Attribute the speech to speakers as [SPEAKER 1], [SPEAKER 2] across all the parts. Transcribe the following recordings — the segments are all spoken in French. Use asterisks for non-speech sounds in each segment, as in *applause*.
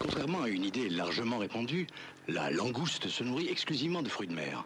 [SPEAKER 1] Contrairement à une idée largement répandue, la langouste se nourrit exclusivement de fruits de mer.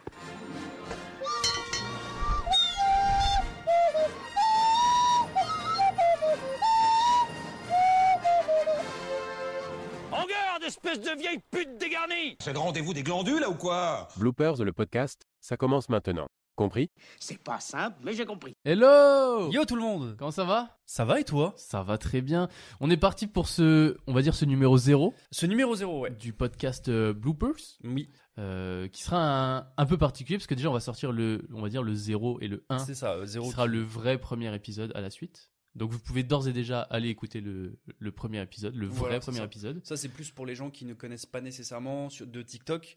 [SPEAKER 2] En garde, espèce de vieille pute dégarnie
[SPEAKER 3] C'est le rendez-vous des glandules, là, ou quoi
[SPEAKER 4] Bloopers, le podcast, ça commence maintenant. Compris
[SPEAKER 5] C'est pas simple, mais j'ai compris.
[SPEAKER 6] Hello
[SPEAKER 7] Yo tout le monde
[SPEAKER 6] Comment ça va
[SPEAKER 7] Ça va et toi
[SPEAKER 6] Ça va très bien. On est parti pour ce, on va dire ce numéro 0
[SPEAKER 7] Ce numéro 0, ouais.
[SPEAKER 6] du podcast euh, Bloopers,
[SPEAKER 7] Oui,
[SPEAKER 6] euh, qui sera un, un peu particulier parce que déjà on va sortir le, on va dire le 0 et le 1,
[SPEAKER 7] c'est ça, euh,
[SPEAKER 6] qui
[SPEAKER 7] zéro.
[SPEAKER 6] sera le vrai premier épisode à la suite. Donc vous pouvez d'ores et déjà aller écouter le, le premier épisode, le
[SPEAKER 7] Voilà,
[SPEAKER 6] vrai
[SPEAKER 7] c'est
[SPEAKER 6] premier
[SPEAKER 7] ça.
[SPEAKER 6] épisode.
[SPEAKER 7] Ça, c'est plus pour les gens qui ne connaissent pas nécessairement sur- de TikTok.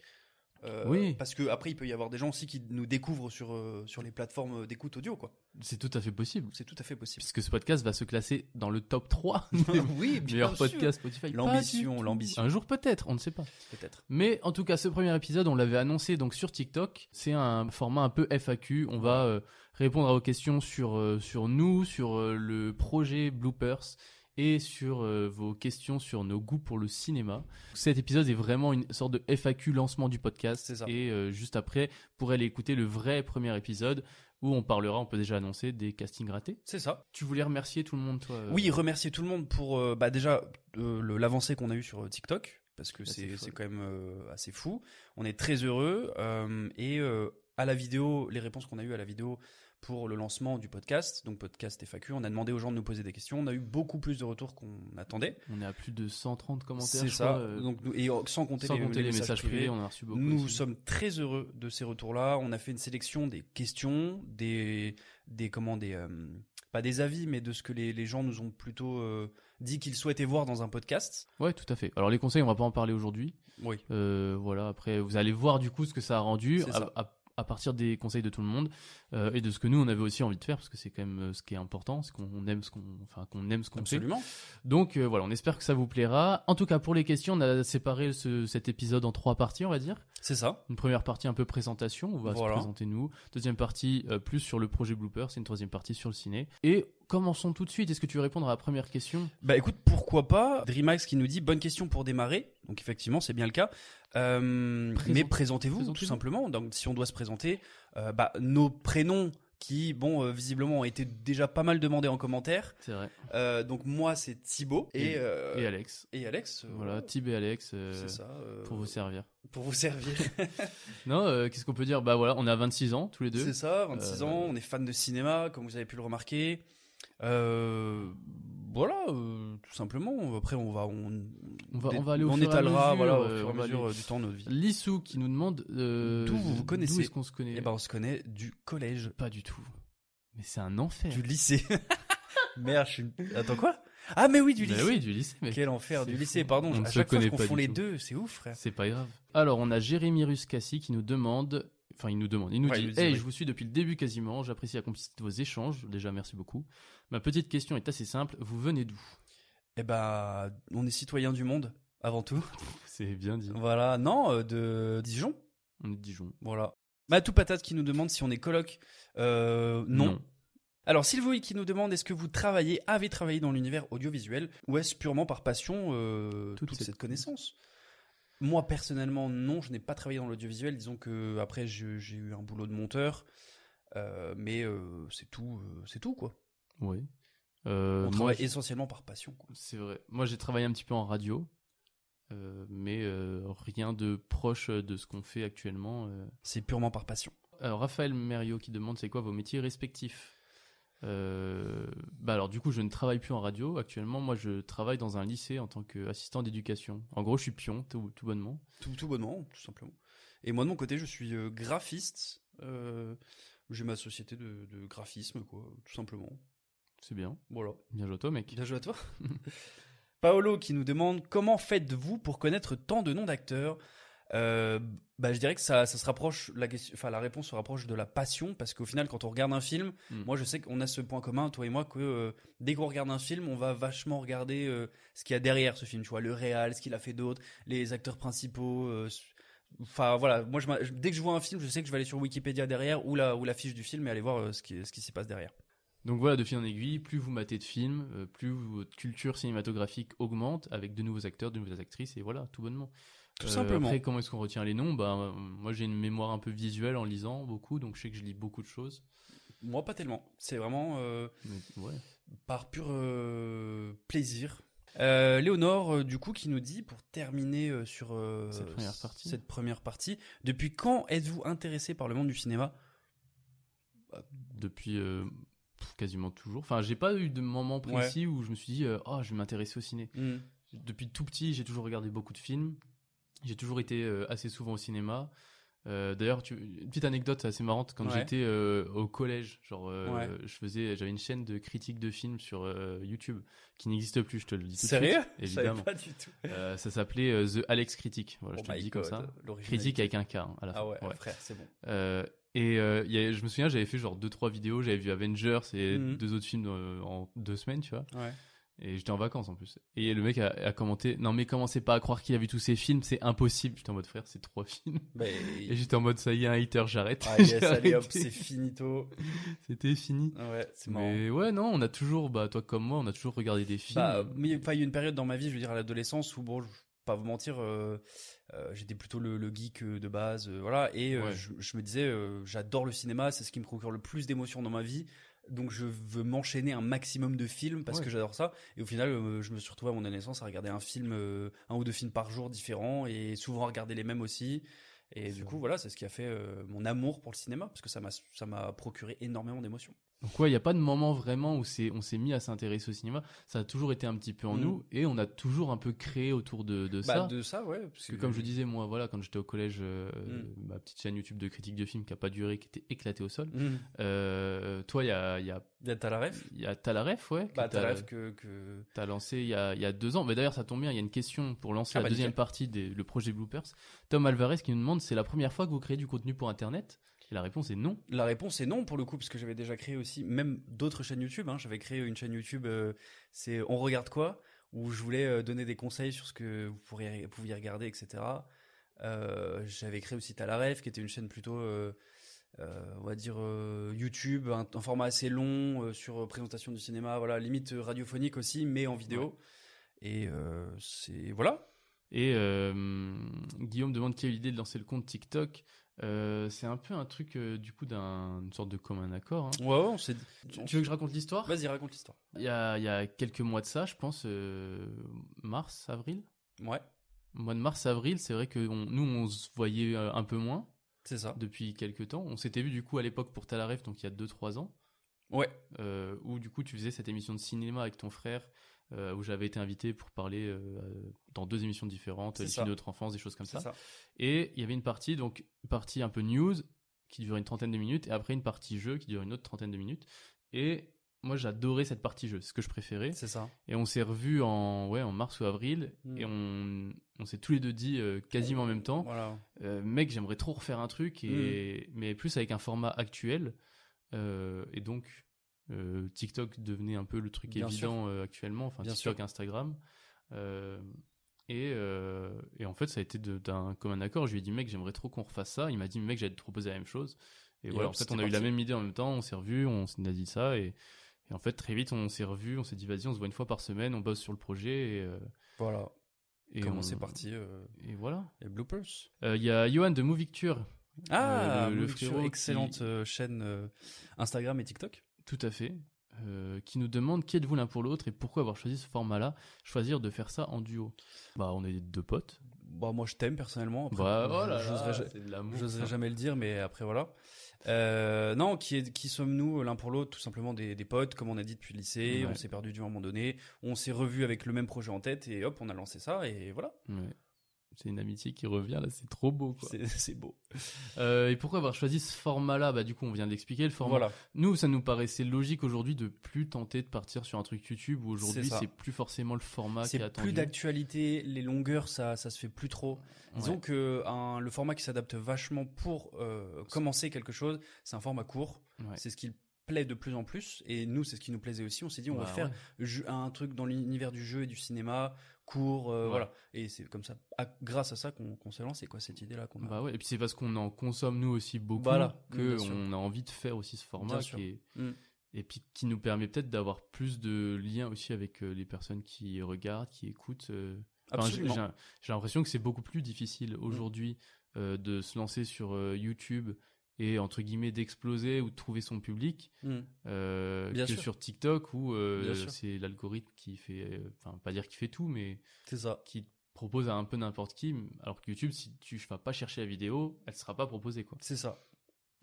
[SPEAKER 7] Euh,
[SPEAKER 6] Oui.
[SPEAKER 7] Parce que après, il peut y avoir des gens aussi qui nous découvrent sur, euh, sur les plateformes d'écoute audio, quoi.
[SPEAKER 6] C'est tout à fait possible.
[SPEAKER 7] C'est tout à fait possible.
[SPEAKER 6] Puisque ce podcast va se classer dans le top 3 des
[SPEAKER 7] *laughs* oui, bien
[SPEAKER 6] meilleurs
[SPEAKER 7] sûr. Ah
[SPEAKER 6] podcasts Spotify.
[SPEAKER 7] L'ambition,
[SPEAKER 6] Pas du tout.
[SPEAKER 7] l'ambition.
[SPEAKER 6] Un jour peut-être, on ne sait pas.
[SPEAKER 7] Peut-être.
[SPEAKER 6] Mais en tout cas, ce premier épisode, on l'avait annoncé donc sur TikTok. C'est un format un peu FAQ. On va euh, répondre à vos questions sur, euh, sur nous, sur euh, le projet Bloopers et sur euh, vos questions sur nos goûts pour le cinéma. Cet épisode est vraiment une sorte de FAQ lancement du podcast.
[SPEAKER 7] C'est ça.
[SPEAKER 6] Et euh, juste après, pour aller écouter le vrai premier épisode où on parlera, on peut déjà annoncer, des castings ratés.
[SPEAKER 7] C'est ça.
[SPEAKER 6] Tu voulais remercier tout le monde, toi euh,
[SPEAKER 7] Oui, remercier tout le monde pour euh, bah, déjà euh, le- l'avancée qu'on a eue sur euh, TikTok, parce que
[SPEAKER 6] Bah, c'est
[SPEAKER 7] c'est
[SPEAKER 6] fou.
[SPEAKER 7] c'est quand même euh, assez fou. On est très heureux. euh, et euh, à la vidéo, les réponses qu'on a eues à la vidéo pour le lancement du podcast, donc podcast FAQ, on a demandé aux gens de nous poser des questions. On a eu beaucoup plus de retours qu'on attendait.
[SPEAKER 6] On est à plus de 130 commentaires.
[SPEAKER 7] C'est
[SPEAKER 6] je
[SPEAKER 7] ça.
[SPEAKER 6] crois, euh,
[SPEAKER 7] donc, nous- et euh, sans compter,
[SPEAKER 6] sans
[SPEAKER 7] les,
[SPEAKER 6] compter les, messages privés, on en a reçu beaucoup.
[SPEAKER 7] nous
[SPEAKER 6] aussi.
[SPEAKER 7] sommes très heureux de ces retours-là. On a fait une sélection des questions, des, des comment, des, euh, pas des avis, mais de ce que les, les gens nous ont plutôt euh, dit qu'ils souhaitaient voir dans un podcast.
[SPEAKER 6] Ouais, tout à fait. Alors les conseils, on va pas en parler aujourd'hui.
[SPEAKER 7] Oui.
[SPEAKER 6] Euh, voilà, après, vous allez voir du coup ce que ça a rendu
[SPEAKER 7] C'est
[SPEAKER 6] à,
[SPEAKER 7] ça.
[SPEAKER 6] à- à partir des conseils de tout le monde euh, et de ce que nous on avait aussi envie de faire parce que c'est quand même euh, ce qui est important, c'est qu'on aime ce qu'on, enfin qu'on aime ce qu'on fait.
[SPEAKER 7] Absolument.
[SPEAKER 6] Donc euh, voilà, on espère que ça vous plaira. En tout cas, pour les questions, on a séparé ce- cet épisode en trois parties, on va dire.
[SPEAKER 7] C'est ça.
[SPEAKER 6] Une première partie un peu présentation, on va
[SPEAKER 7] Voilà.
[SPEAKER 6] se présenter nous. Deuxième partie euh, plus sur le projet Blooper, c'est une troisième partie sur le ciné. Et commençons tout de suite. Est-ce que tu veux répondre à la première question
[SPEAKER 7] Bah écoute, pourquoi pas Dreamax qui nous dit bonne question pour démarrer. Donc effectivement, c'est bien le cas. Euh,
[SPEAKER 6] Présente-
[SPEAKER 7] mais présentez-vous tout
[SPEAKER 6] présentez-vous.
[SPEAKER 7] simplement. Donc si on doit se présenter, euh, bah, nos prénoms qui, bon, euh, visiblement ont été déjà pas mal demandés en commentaire.
[SPEAKER 6] C'est vrai.
[SPEAKER 7] Euh, donc moi, c'est Thibaut et,
[SPEAKER 6] Et-
[SPEAKER 7] euh,
[SPEAKER 6] Et Alex.
[SPEAKER 7] et Alex. euh,
[SPEAKER 6] Voilà, Tib et Alex. euh,
[SPEAKER 7] C'est ça. euh,
[SPEAKER 6] Pour vous servir.
[SPEAKER 7] pour vous servir. *laughs*
[SPEAKER 6] Non, euh, qu'est-ce qu'on peut dire Bah voilà, on a 26 ans tous les *laughs* deux.
[SPEAKER 7] C'est ça, 26
[SPEAKER 6] Euh,
[SPEAKER 7] ans, on est fan de cinéma, comme vous avez pu le remarquer. Euh, voilà, euh, tout simplement. Après, on va, on,
[SPEAKER 6] On va- on va aller au
[SPEAKER 7] on
[SPEAKER 6] fur et à
[SPEAKER 7] étalera,
[SPEAKER 6] mesure,
[SPEAKER 7] voilà, au
[SPEAKER 6] euh,
[SPEAKER 7] fur et à
[SPEAKER 6] on va
[SPEAKER 7] mesure
[SPEAKER 6] aller-
[SPEAKER 7] euh, du temps de notre vie.
[SPEAKER 6] Lissou qui nous demande euh,
[SPEAKER 7] D'où vous vous connaissez
[SPEAKER 6] D'où est-ce qu'on se connaît
[SPEAKER 7] Et ben, on se connaît du collège,
[SPEAKER 6] Pas du tout. Mais c'est un enfer.
[SPEAKER 7] du
[SPEAKER 6] *laughs*
[SPEAKER 7] lycée. *laughs* Merde, je suis. une- Attends quoi Ah mais oui, du
[SPEAKER 6] Bah
[SPEAKER 7] lycée.
[SPEAKER 6] oui, du lycée. mec.
[SPEAKER 7] Quel enfer,
[SPEAKER 6] C'est
[SPEAKER 7] du
[SPEAKER 6] fou.
[SPEAKER 7] lycée. Pardon,
[SPEAKER 6] On
[SPEAKER 7] à
[SPEAKER 6] ne se
[SPEAKER 7] chaque fois
[SPEAKER 6] connaît
[SPEAKER 7] je
[SPEAKER 6] pas
[SPEAKER 7] confonds
[SPEAKER 6] du
[SPEAKER 7] les
[SPEAKER 6] tout.
[SPEAKER 7] deux, c'est ouf, frère.
[SPEAKER 6] C'est pas grave. Alors, on a Jérémy Ruscassi qui nous demande Enfin, il nous demande, il nous
[SPEAKER 7] Ouais,
[SPEAKER 6] dit
[SPEAKER 7] il nous dit,
[SPEAKER 6] Hey,
[SPEAKER 7] oui.
[SPEAKER 6] je vous suis depuis le début quasiment, j'apprécie la complicité de vos échanges. Déjà, merci beaucoup. Ma petite question est assez simple Vous venez d'où
[SPEAKER 7] Eh ben, on est citoyen du monde, avant tout. *laughs*
[SPEAKER 6] C'est bien dit.
[SPEAKER 7] Voilà, non, euh, de Dijon.
[SPEAKER 6] On est de Dijon.
[SPEAKER 7] Voilà. Matou Patate qui nous demande si on est coloc. Euh, non.
[SPEAKER 6] Non.
[SPEAKER 7] Alors, Sylvie qui nous demande est-ce que vous travaillez, avez travaillé dans l'univers audiovisuel ou est-ce purement par passion euh,
[SPEAKER 6] Toute
[SPEAKER 7] toute,
[SPEAKER 6] cette-
[SPEAKER 7] cette connaissance Moi, personnellement, non, je n'ai pas travaillé dans l'audiovisuel. Disons que après, je- j'ai eu un boulot de monteur. Euh, mais euh, c'est tout, euh, c'est tout quoi.
[SPEAKER 6] Oui.
[SPEAKER 7] on
[SPEAKER 6] Euh, moi,
[SPEAKER 7] travaille
[SPEAKER 6] je-
[SPEAKER 7] essentiellement par passion. quoi.
[SPEAKER 6] C'est vrai. Moi, j'ai travaillé un petit peu en radio, euh, mais euh, rien de proche de ce qu'on fait actuellement. euh.
[SPEAKER 7] C'est purement par passion.
[SPEAKER 6] Alors, Raphaël Merio qui demande c'est quoi vos métiers respectifs Euh, bah alors du coup je ne travaille plus en radio actuellement moi je travaille dans un lycée en tant qu'assistant d'éducation en gros je suis pion tout, tout bonnement
[SPEAKER 7] Tout, tout bonnement, tout simplement. Et moi, de mon côté, je suis euh, graphiste. Euh, j'ai ma société de, de graphisme, quoi, tout simplement.
[SPEAKER 6] c'est bien
[SPEAKER 7] Voilà.
[SPEAKER 6] bien joué à toi mec
[SPEAKER 7] Bien joué à toi. *laughs* Paolo qui nous demande comment faites-vous pour connaître tant de noms d'acteurs Euh, bah, je dirais que ça, ça se rapproche, la, question, enfin, la réponse se rapproche de la passion, parce qu'au final, quand on regarde un film,
[SPEAKER 6] Mm.
[SPEAKER 7] moi je sais qu'on a ce point commun, toi et moi, que euh, dès qu'on regarde un film, on va vachement regarder euh, ce qu'il y a derrière ce film, tu vois, le réal, ce qu'il a fait d'autre, les acteurs principaux. euh, s- Enfin voilà, moi je, m'a- je- dès que je vois un film, je sais que je vais aller sur Wikipédia derrière ou la, ou la fiche du film et aller voir euh, ce qui, ce qui s'y passe derrière.
[SPEAKER 6] Donc voilà, de fil en aiguille, plus vous matez de films, euh, plus votre culture cinématographique augmente avec de nouveaux acteurs, de nouvelles actrices, et voilà, tout bonnement. Euh,
[SPEAKER 7] Tout simplement.
[SPEAKER 6] Après, comment est-ce qu'on retient les noms bah, euh, Moi, j'ai une mémoire un peu visuelle en lisant beaucoup, donc je sais que je lis beaucoup de choses.
[SPEAKER 7] Moi pas tellement, c'est vraiment... euh,
[SPEAKER 6] Mais ouais.
[SPEAKER 7] par pur euh, plaisir. Euh, Léonore, euh, du coup, qui nous dit, pour terminer euh, sur euh,
[SPEAKER 6] Cette première partie.
[SPEAKER 7] cette première partie, depuis quand êtes-vous intéressé par le monde du cinéma
[SPEAKER 6] Depuis euh, pff, quasiment toujours. Enfin, j'ai pas eu de moment précis où je me suis dit, euh, oh, je vais m'intéresser au ciné.
[SPEAKER 7] Hmm.
[SPEAKER 6] Depuis tout petit, j'ai toujours regardé beaucoup de films. J'ai toujours été euh, assez souvent au cinéma. Euh, D'ailleurs, tu... une petite anecdote assez marrante. Quand
[SPEAKER 7] Ouais.
[SPEAKER 6] j'étais euh, au collège, genre, euh,
[SPEAKER 7] Ouais.
[SPEAKER 6] je faisais, j'avais une chaîne de critiques de films sur euh, YouTube qui n'existe plus. Je te le dis tout de
[SPEAKER 7] Sérieux
[SPEAKER 6] suite, évidemment.
[SPEAKER 7] pas du tout.
[SPEAKER 6] Euh, ça s'appelait euh, The Alex Critique. Voilà,
[SPEAKER 7] Oh
[SPEAKER 6] je te le
[SPEAKER 7] my
[SPEAKER 6] dis comme
[SPEAKER 7] God,
[SPEAKER 6] ça.
[SPEAKER 7] l'originalité.
[SPEAKER 6] Critique avec un K hein, à la fin.
[SPEAKER 7] Ah ouais,
[SPEAKER 6] Ouais.
[SPEAKER 7] frère, c'est bon.
[SPEAKER 6] Euh, et euh, il y a- je me souviens, j'avais fait genre deux trois vidéos. J'avais vu Avengers et
[SPEAKER 7] Mhm.
[SPEAKER 6] deux autres films euh, en deux semaines, tu vois.
[SPEAKER 7] Ouais.
[SPEAKER 6] Et j'étais en vacances en plus. Et le mec a, a commenté Non, mais commencez pas à croire qu'il a vu tous ces films, c'est impossible. J'étais en mode frère, c'est trois films. Et *laughs* j'étais en mode Ça y est, un hater, j'arrête.
[SPEAKER 7] Ah
[SPEAKER 6] *laughs* J'ai
[SPEAKER 7] yes, allez hop,
[SPEAKER 6] arrêté.
[SPEAKER 7] c'est finito.
[SPEAKER 6] C'était fini.
[SPEAKER 7] Ouais, c'est marrant.
[SPEAKER 6] Mais ouais, non, on a toujours, bah, toi comme moi, on a toujours regardé des films.
[SPEAKER 7] Bah, mais enfin, il y a une période dans ma vie, je veux dire à l'adolescence, où bon, je vais pas vous mentir, euh, euh, j'étais plutôt le, le geek euh, de base, euh, voilà, et euh,
[SPEAKER 6] Ouais.
[SPEAKER 7] je, je me disais, euh, j'adore le cinéma, c'est ce qui me procure le plus d'émotions dans ma vie, donc je veux m'enchaîner un maximum de films parce
[SPEAKER 6] Ouais.
[SPEAKER 7] que j'adore ça. Et au final, euh, je me suis retrouvé à mon adolescence à regarder un film, euh, un ou deux films par jour différents, et souvent à regarder les mêmes aussi. Et du
[SPEAKER 6] C'est
[SPEAKER 7] coup, voilà, c'est ce qui a fait euh, mon amour pour le cinéma, parce que ça m'a ça m'a procuré énormément d'émotions.
[SPEAKER 6] Donc ouais, il n'y a pas de moment vraiment où c'est- on s'est mis à s'intéresser au cinéma. Ça a toujours été un petit peu en
[SPEAKER 7] Mhm.
[SPEAKER 6] nous et on a toujours un peu créé autour de, de
[SPEAKER 7] Bah,
[SPEAKER 6] ça.
[SPEAKER 7] de ça, ouais.
[SPEAKER 6] Parce que comme je disais, moi, voilà, quand j'étais au collège, euh,
[SPEAKER 7] Mm.
[SPEAKER 6] ma petite chaîne YouTube de critique de films qui a pas duré, qui était éclatée au sol.
[SPEAKER 7] Mmh.
[SPEAKER 6] Euh, toi, il y a, il y a,
[SPEAKER 7] T'as la ref
[SPEAKER 6] il y a t'as la ref, ouais, que
[SPEAKER 7] Bah,
[SPEAKER 6] t'as,
[SPEAKER 7] t'as la ref que, que...
[SPEAKER 6] t'as lancé il y a, il y a deux ans. Mais d'ailleurs, ça tombe bien, il y a une question pour lancer
[SPEAKER 7] Ah
[SPEAKER 6] la
[SPEAKER 7] bah,
[SPEAKER 6] deuxième
[SPEAKER 7] nickel.
[SPEAKER 6] partie des- le projet Bloopers. Tom Alvarez qui nous demande, c'est la première fois que vous créez du contenu pour Internet Et la réponse est non.
[SPEAKER 7] La réponse est non pour le coup, parce que j'avais déjà créé aussi, même d'autres chaînes YouTube. hein. J'avais créé une chaîne YouTube, euh, c'est On regarde quoi où je voulais euh, donner des conseils sur ce que vous pourriez, pouviez regarder, etc. Euh, j'avais créé aussi Talaref, qui était une chaîne plutôt, euh, euh, on va dire, euh, YouTube, un, un format assez long euh, sur euh, présentation du cinéma, voilà, limite euh, radiophonique aussi, mais en vidéo. Et euh, c'est. Voilà.
[SPEAKER 6] Et euh, Guillaume demande qui a eu l'idée de lancer le compte TikTok. Euh, c'est un peu un truc euh, du coup d'un- d'une sorte de commun accord. hein.
[SPEAKER 7] Ouais, ouais, on s'est.
[SPEAKER 6] Tu, tu veux que je raconte l'histoire
[SPEAKER 7] Vas-y, raconte l'histoire.
[SPEAKER 6] Il y, a, il y a quelques mois de ça, je pense, euh, mars, avril.
[SPEAKER 7] Ouais,
[SPEAKER 6] Au mois de mars, avril, c'est vrai que on- nous, on se voyait euh, un peu moins
[SPEAKER 7] c'est ça.
[SPEAKER 6] depuis quelques temps. On s'était vu du coup à l'époque pour Talaref, donc il y a 2-3 ans,
[SPEAKER 7] Ouais.
[SPEAKER 6] euh, où du coup tu faisais cette émission de cinéma avec ton frère, euh, où j'avais été invité pour parler euh, dans deux émissions différentes,
[SPEAKER 7] C'est
[SPEAKER 6] les
[SPEAKER 7] ça.
[SPEAKER 6] films de notre enfance, des choses comme
[SPEAKER 7] C'est ça.
[SPEAKER 6] ça. Et il y avait une partie, donc une partie un peu news, qui dure une trentaine de minutes, et après une partie jeu, qui dure une autre trentaine de minutes. Et moi j'adorais cette partie jeu, c'est ce que je préférais.
[SPEAKER 7] C'est ça.
[SPEAKER 6] Et on s'est revus en, ouais, en mars ou avril,
[SPEAKER 7] Mm.
[SPEAKER 6] et on, on s'est tous les deux dit euh, quasiment en même temps,
[SPEAKER 7] Voilà.
[SPEAKER 6] euh, mec j'aimerais trop refaire un truc, et,
[SPEAKER 7] Hmm.
[SPEAKER 6] mais plus avec un format actuel. Euh, et donc euh, TikTok devenait un peu le truc
[SPEAKER 7] Bien
[SPEAKER 6] évident euh, actuellement, enfin
[SPEAKER 7] Bien
[SPEAKER 6] TikTok,
[SPEAKER 7] sûr.
[SPEAKER 6] Instagram. Euh, et, euh, et en fait ça a été de- d'un commun accord, je lui ai dit mec j'aimerais trop qu'on refasse ça, il m'a dit mec j'allais te proposer la même chose. Et,
[SPEAKER 7] Et
[SPEAKER 6] voilà,
[SPEAKER 7] hop,
[SPEAKER 6] en fait,
[SPEAKER 7] c'était
[SPEAKER 6] on a eu la
[SPEAKER 7] parti.
[SPEAKER 6] même idée en même temps, on s'est revus, on s'en a dit ça, et, et en fait, très vite, on s'est revus, on s'est dit, vas-y, on se voit une fois par semaine, on bosse sur le projet, et, euh,
[SPEAKER 7] Voilà.
[SPEAKER 6] et
[SPEAKER 7] Comment
[SPEAKER 6] on-
[SPEAKER 7] c'est parti euh,
[SPEAKER 6] Et voilà.
[SPEAKER 7] Les bloopers.
[SPEAKER 6] Euh, Il y a Johan de Movicture.
[SPEAKER 7] Ah,
[SPEAKER 6] Euh, le- le
[SPEAKER 7] Movie Culture,
[SPEAKER 6] frérot qui-
[SPEAKER 7] excellente euh, chaîne euh, Instagram et TikTok.
[SPEAKER 6] Tout à fait. euh, qui nous demande qui êtes-vous l'un pour l'autre et pourquoi avoir choisi ce format-là, choisir de faire ça en duo. Bah, on est deux potes.
[SPEAKER 7] Bah moi je t'aime personnellement. Après,
[SPEAKER 6] Bah,
[SPEAKER 7] je-
[SPEAKER 6] oh là
[SPEAKER 7] j'oserais
[SPEAKER 6] là,
[SPEAKER 7] ja-
[SPEAKER 6] c'est de l'amour.
[SPEAKER 7] J'oserais
[SPEAKER 6] ça.
[SPEAKER 7] jamais le dire, mais après voilà. Euh, non, qui, est- qui sommes-nous euh, l'un pour l'autre Tout simplement des, des potes, comme on a dit depuis le lycée.
[SPEAKER 6] Ouais.
[SPEAKER 7] On s'est perdu du moment donné. On s'est revus avec le même projet en tête et hop, on a lancé ça et voilà.
[SPEAKER 6] Ouais. C'est une amitié qui revient, là, c'est trop beau, quoi.
[SPEAKER 7] C'est *laughs* c'est beau.
[SPEAKER 6] Euh, et pourquoi avoir choisi ce format-là Bah, du coup, on vient de l'expliquer, le format
[SPEAKER 7] Voilà.
[SPEAKER 6] Nous, ça nous paraissait logique aujourd'hui de plus tenter de partir sur un truc YouTube où aujourd'hui
[SPEAKER 7] C'est ça.
[SPEAKER 6] c'est plus forcément le format Ah, qui est
[SPEAKER 7] C'est
[SPEAKER 6] attendu.
[SPEAKER 7] plus d'actualité. Les longueurs, ça, ça se fait plus trop. Disons
[SPEAKER 6] Ouais.
[SPEAKER 7] que un- le format qui s'adapte vachement pour euh, commencer quelque chose, c'est un format court.
[SPEAKER 6] Ouais.
[SPEAKER 7] C'est ce qui plaît de plus en plus. Et nous, c'est ce qui nous plaisait aussi. On s'est dit, on
[SPEAKER 6] Bah,
[SPEAKER 7] va faire
[SPEAKER 6] ouais.
[SPEAKER 7] ju- un truc dans l'univers du jeu et du cinéma court euh,
[SPEAKER 6] Ouais.
[SPEAKER 7] voilà et c'est comme ça à- grâce à ça qu'on qu'on se lance et quoi cette idée là qu'on a
[SPEAKER 6] Bah ouais. Et puis c'est parce qu'on en consomme nous aussi beaucoup
[SPEAKER 7] Voilà. Mm,
[SPEAKER 6] que
[SPEAKER 7] bien sûr.
[SPEAKER 6] on a envie de faire aussi ce format
[SPEAKER 7] Bien sûr.
[SPEAKER 6] qui est...
[SPEAKER 7] Mm.
[SPEAKER 6] et puis qui nous permet peut-être d'avoir plus de liens aussi avec euh, les personnes qui regardent, qui écoutent. euh. Enfin, j'ai-
[SPEAKER 7] absolument Mm.
[SPEAKER 6] j'ai j'ai l'impression que c'est beaucoup plus difficile aujourd'hui euh, de se lancer sur euh, YouTube et entre guillemets d'exploser ou de trouver son public
[SPEAKER 7] Mm.
[SPEAKER 6] euh,
[SPEAKER 7] Bien
[SPEAKER 6] que
[SPEAKER 7] sûr.
[SPEAKER 6] sur TikTok où euh,
[SPEAKER 7] Bien sûr.
[SPEAKER 6] c'est l'algorithme qui fait, euh, enfin pas dire qui fait tout, mais
[SPEAKER 7] c'est ça
[SPEAKER 6] qui propose à un peu n'importe qui. Alors que YouTube, si tu vas pas chercher la vidéo, elle sera pas proposée quoi.
[SPEAKER 7] c'est ça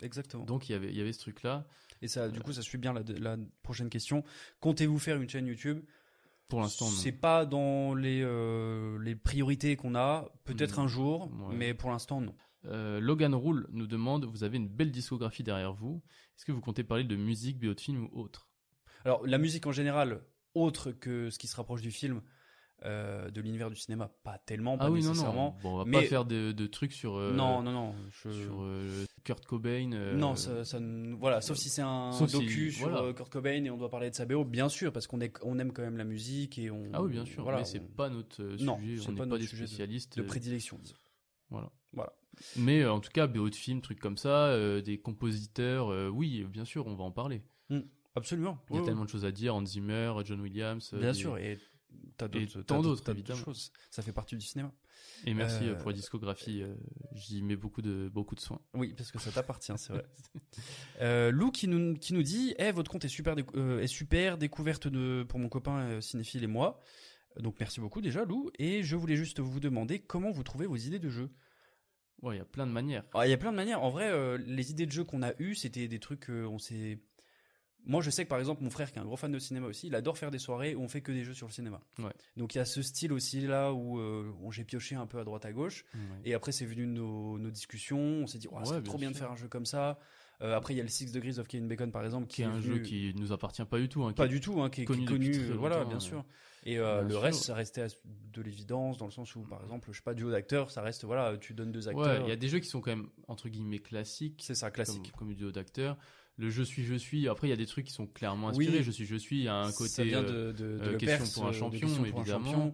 [SPEAKER 7] exactement
[SPEAKER 6] Donc euh, il y avait, il y avait ce truc là.
[SPEAKER 7] et ça du coup ça suit bien la, la prochaine question comptez-vous faire une chaîne YouTube
[SPEAKER 6] Pour l'instant, non.
[SPEAKER 7] c'est pas dans les euh, les priorités qu'on a peut-être
[SPEAKER 6] Mm.
[SPEAKER 7] un jour
[SPEAKER 6] Ouais.
[SPEAKER 7] mais pour l'instant non
[SPEAKER 6] Euh, Logan Rule nous demande, vous avez une belle discographie derrière vous. Est-ce que vous comptez parler de musique, bio de film ou autre
[SPEAKER 7] alors la musique en général autre que ce qui se rapproche du film euh, de l'univers du cinéma pas tellement pas
[SPEAKER 6] Ah oui, non,
[SPEAKER 7] nécessairement
[SPEAKER 6] non. Bon, on va pas
[SPEAKER 7] mais-
[SPEAKER 6] faire de, de trucs sur. euh,
[SPEAKER 7] non non non je-
[SPEAKER 6] Sur euh, Kurt Cobain. euh,
[SPEAKER 7] Non, ça, ça ne- voilà, sauf si c'est un
[SPEAKER 6] Sauf si-
[SPEAKER 7] docu sur
[SPEAKER 6] voilà.
[SPEAKER 7] euh, Kurt Cobain et on doit parler de sa BO, bien sûr, parce qu'on est, on aime quand même la musique et on.
[SPEAKER 6] Ah oui, bien sûr.
[SPEAKER 7] voilà,
[SPEAKER 6] mais c'est
[SPEAKER 7] on-
[SPEAKER 6] pas notre euh, sujet.
[SPEAKER 7] Non, c'est
[SPEAKER 6] on n'est
[SPEAKER 7] pas
[SPEAKER 6] pas,
[SPEAKER 7] notre
[SPEAKER 6] des
[SPEAKER 7] sujet de-
[SPEAKER 6] spécialistes
[SPEAKER 7] de
[SPEAKER 6] euh,
[SPEAKER 7] prédilection. disons.
[SPEAKER 6] Voilà.
[SPEAKER 7] Voilà.
[SPEAKER 6] Mais euh, en tout cas, BO de film, trucs comme ça, euh, des compositeurs, euh, oui, bien sûr, on va en parler.
[SPEAKER 7] Absolument.
[SPEAKER 6] Il y a
[SPEAKER 7] oui,
[SPEAKER 6] tellement de choses à dire, Hans Zimmer, John Williams.
[SPEAKER 7] oui.
[SPEAKER 6] euh,
[SPEAKER 7] Bien
[SPEAKER 6] des-
[SPEAKER 7] sûr, et t'as
[SPEAKER 6] et
[SPEAKER 7] d'autres,
[SPEAKER 6] tant
[SPEAKER 7] t'as
[SPEAKER 6] d'autres,
[SPEAKER 7] t'as
[SPEAKER 6] évidemment.
[SPEAKER 7] choses. Ça fait partie du cinéma.
[SPEAKER 6] Et merci
[SPEAKER 7] Euh,
[SPEAKER 6] euh, pour la discographie, euh, j'y mets beaucoup de, beaucoup de soin.
[SPEAKER 7] Oui, parce que ça t'appartient, c'est vrai. *laughs* Euh, Lou qui nous, qui nous dit Eh, votre compte est super, décou- euh, est super découverte de, pour mon copain euh, cinéphile et moi. Donc merci beaucoup déjà, Lou. Et je voulais juste vous demander comment vous trouvez vos idées de jeu.
[SPEAKER 6] Ouais, il y a plein de manières.
[SPEAKER 7] Ah, Il y a plein de manières. En vrai, euh, les idées de jeux qu'on a eues, c'était des trucs euh, on s'est. Moi, je sais que par exemple, mon frère, qui est un gros fan de cinéma aussi, il adore faire des soirées où on fait que des jeux sur le cinéma.
[SPEAKER 6] Ouais.
[SPEAKER 7] Donc il y a ce style aussi là où euh, on- j'ai pioché un peu à droite à gauche.
[SPEAKER 6] Ouais.
[SPEAKER 7] Et après, c'est venu de nos, nos discussions. On s'est dit, oh,
[SPEAKER 6] Ouais,
[SPEAKER 7] c'est
[SPEAKER 6] bien
[SPEAKER 7] trop bien de
[SPEAKER 6] sûr.
[SPEAKER 7] faire un jeu comme ça. Euh, après, il y a le Six Degrees of Kevin Bacon, par exemple, qui
[SPEAKER 6] Qui est un
[SPEAKER 7] venu-
[SPEAKER 6] jeu qui nous appartient pas du tout. hein, qui
[SPEAKER 7] pas
[SPEAKER 6] est-
[SPEAKER 7] du tout, hein, qui est qui est
[SPEAKER 6] connu
[SPEAKER 7] connu,
[SPEAKER 6] depuis très
[SPEAKER 7] euh, voilà,
[SPEAKER 6] longtemps,
[SPEAKER 7] bien
[SPEAKER 6] euh,
[SPEAKER 7] sûr. Et euh,
[SPEAKER 6] bien
[SPEAKER 7] le
[SPEAKER 6] sûr.
[SPEAKER 7] reste, ça restait à- de l'évidence, dans le sens où, par exemple, je sais pas, duo d'acteurs, ça reste, voilà, tu donnes deux
[SPEAKER 6] Ouais,
[SPEAKER 7] acteurs.
[SPEAKER 6] il y a des jeux qui sont quand même entre guillemets classiques,
[SPEAKER 7] C'est ça, classique.
[SPEAKER 6] comme, comme du duo d'acteurs. Le je suis, je suis. Après, il y a des trucs qui sont clairement
[SPEAKER 7] Oui.
[SPEAKER 6] inspirés. Je suis, je suis. Il y a un côté.
[SPEAKER 7] ça vient
[SPEAKER 6] euh,
[SPEAKER 7] de, de, de
[SPEAKER 6] euh,
[SPEAKER 7] Le
[SPEAKER 6] question
[SPEAKER 7] Perse,
[SPEAKER 6] pour un
[SPEAKER 7] euh, de
[SPEAKER 6] champion,
[SPEAKER 7] Question pour un
[SPEAKER 6] évidemment.
[SPEAKER 7] champion.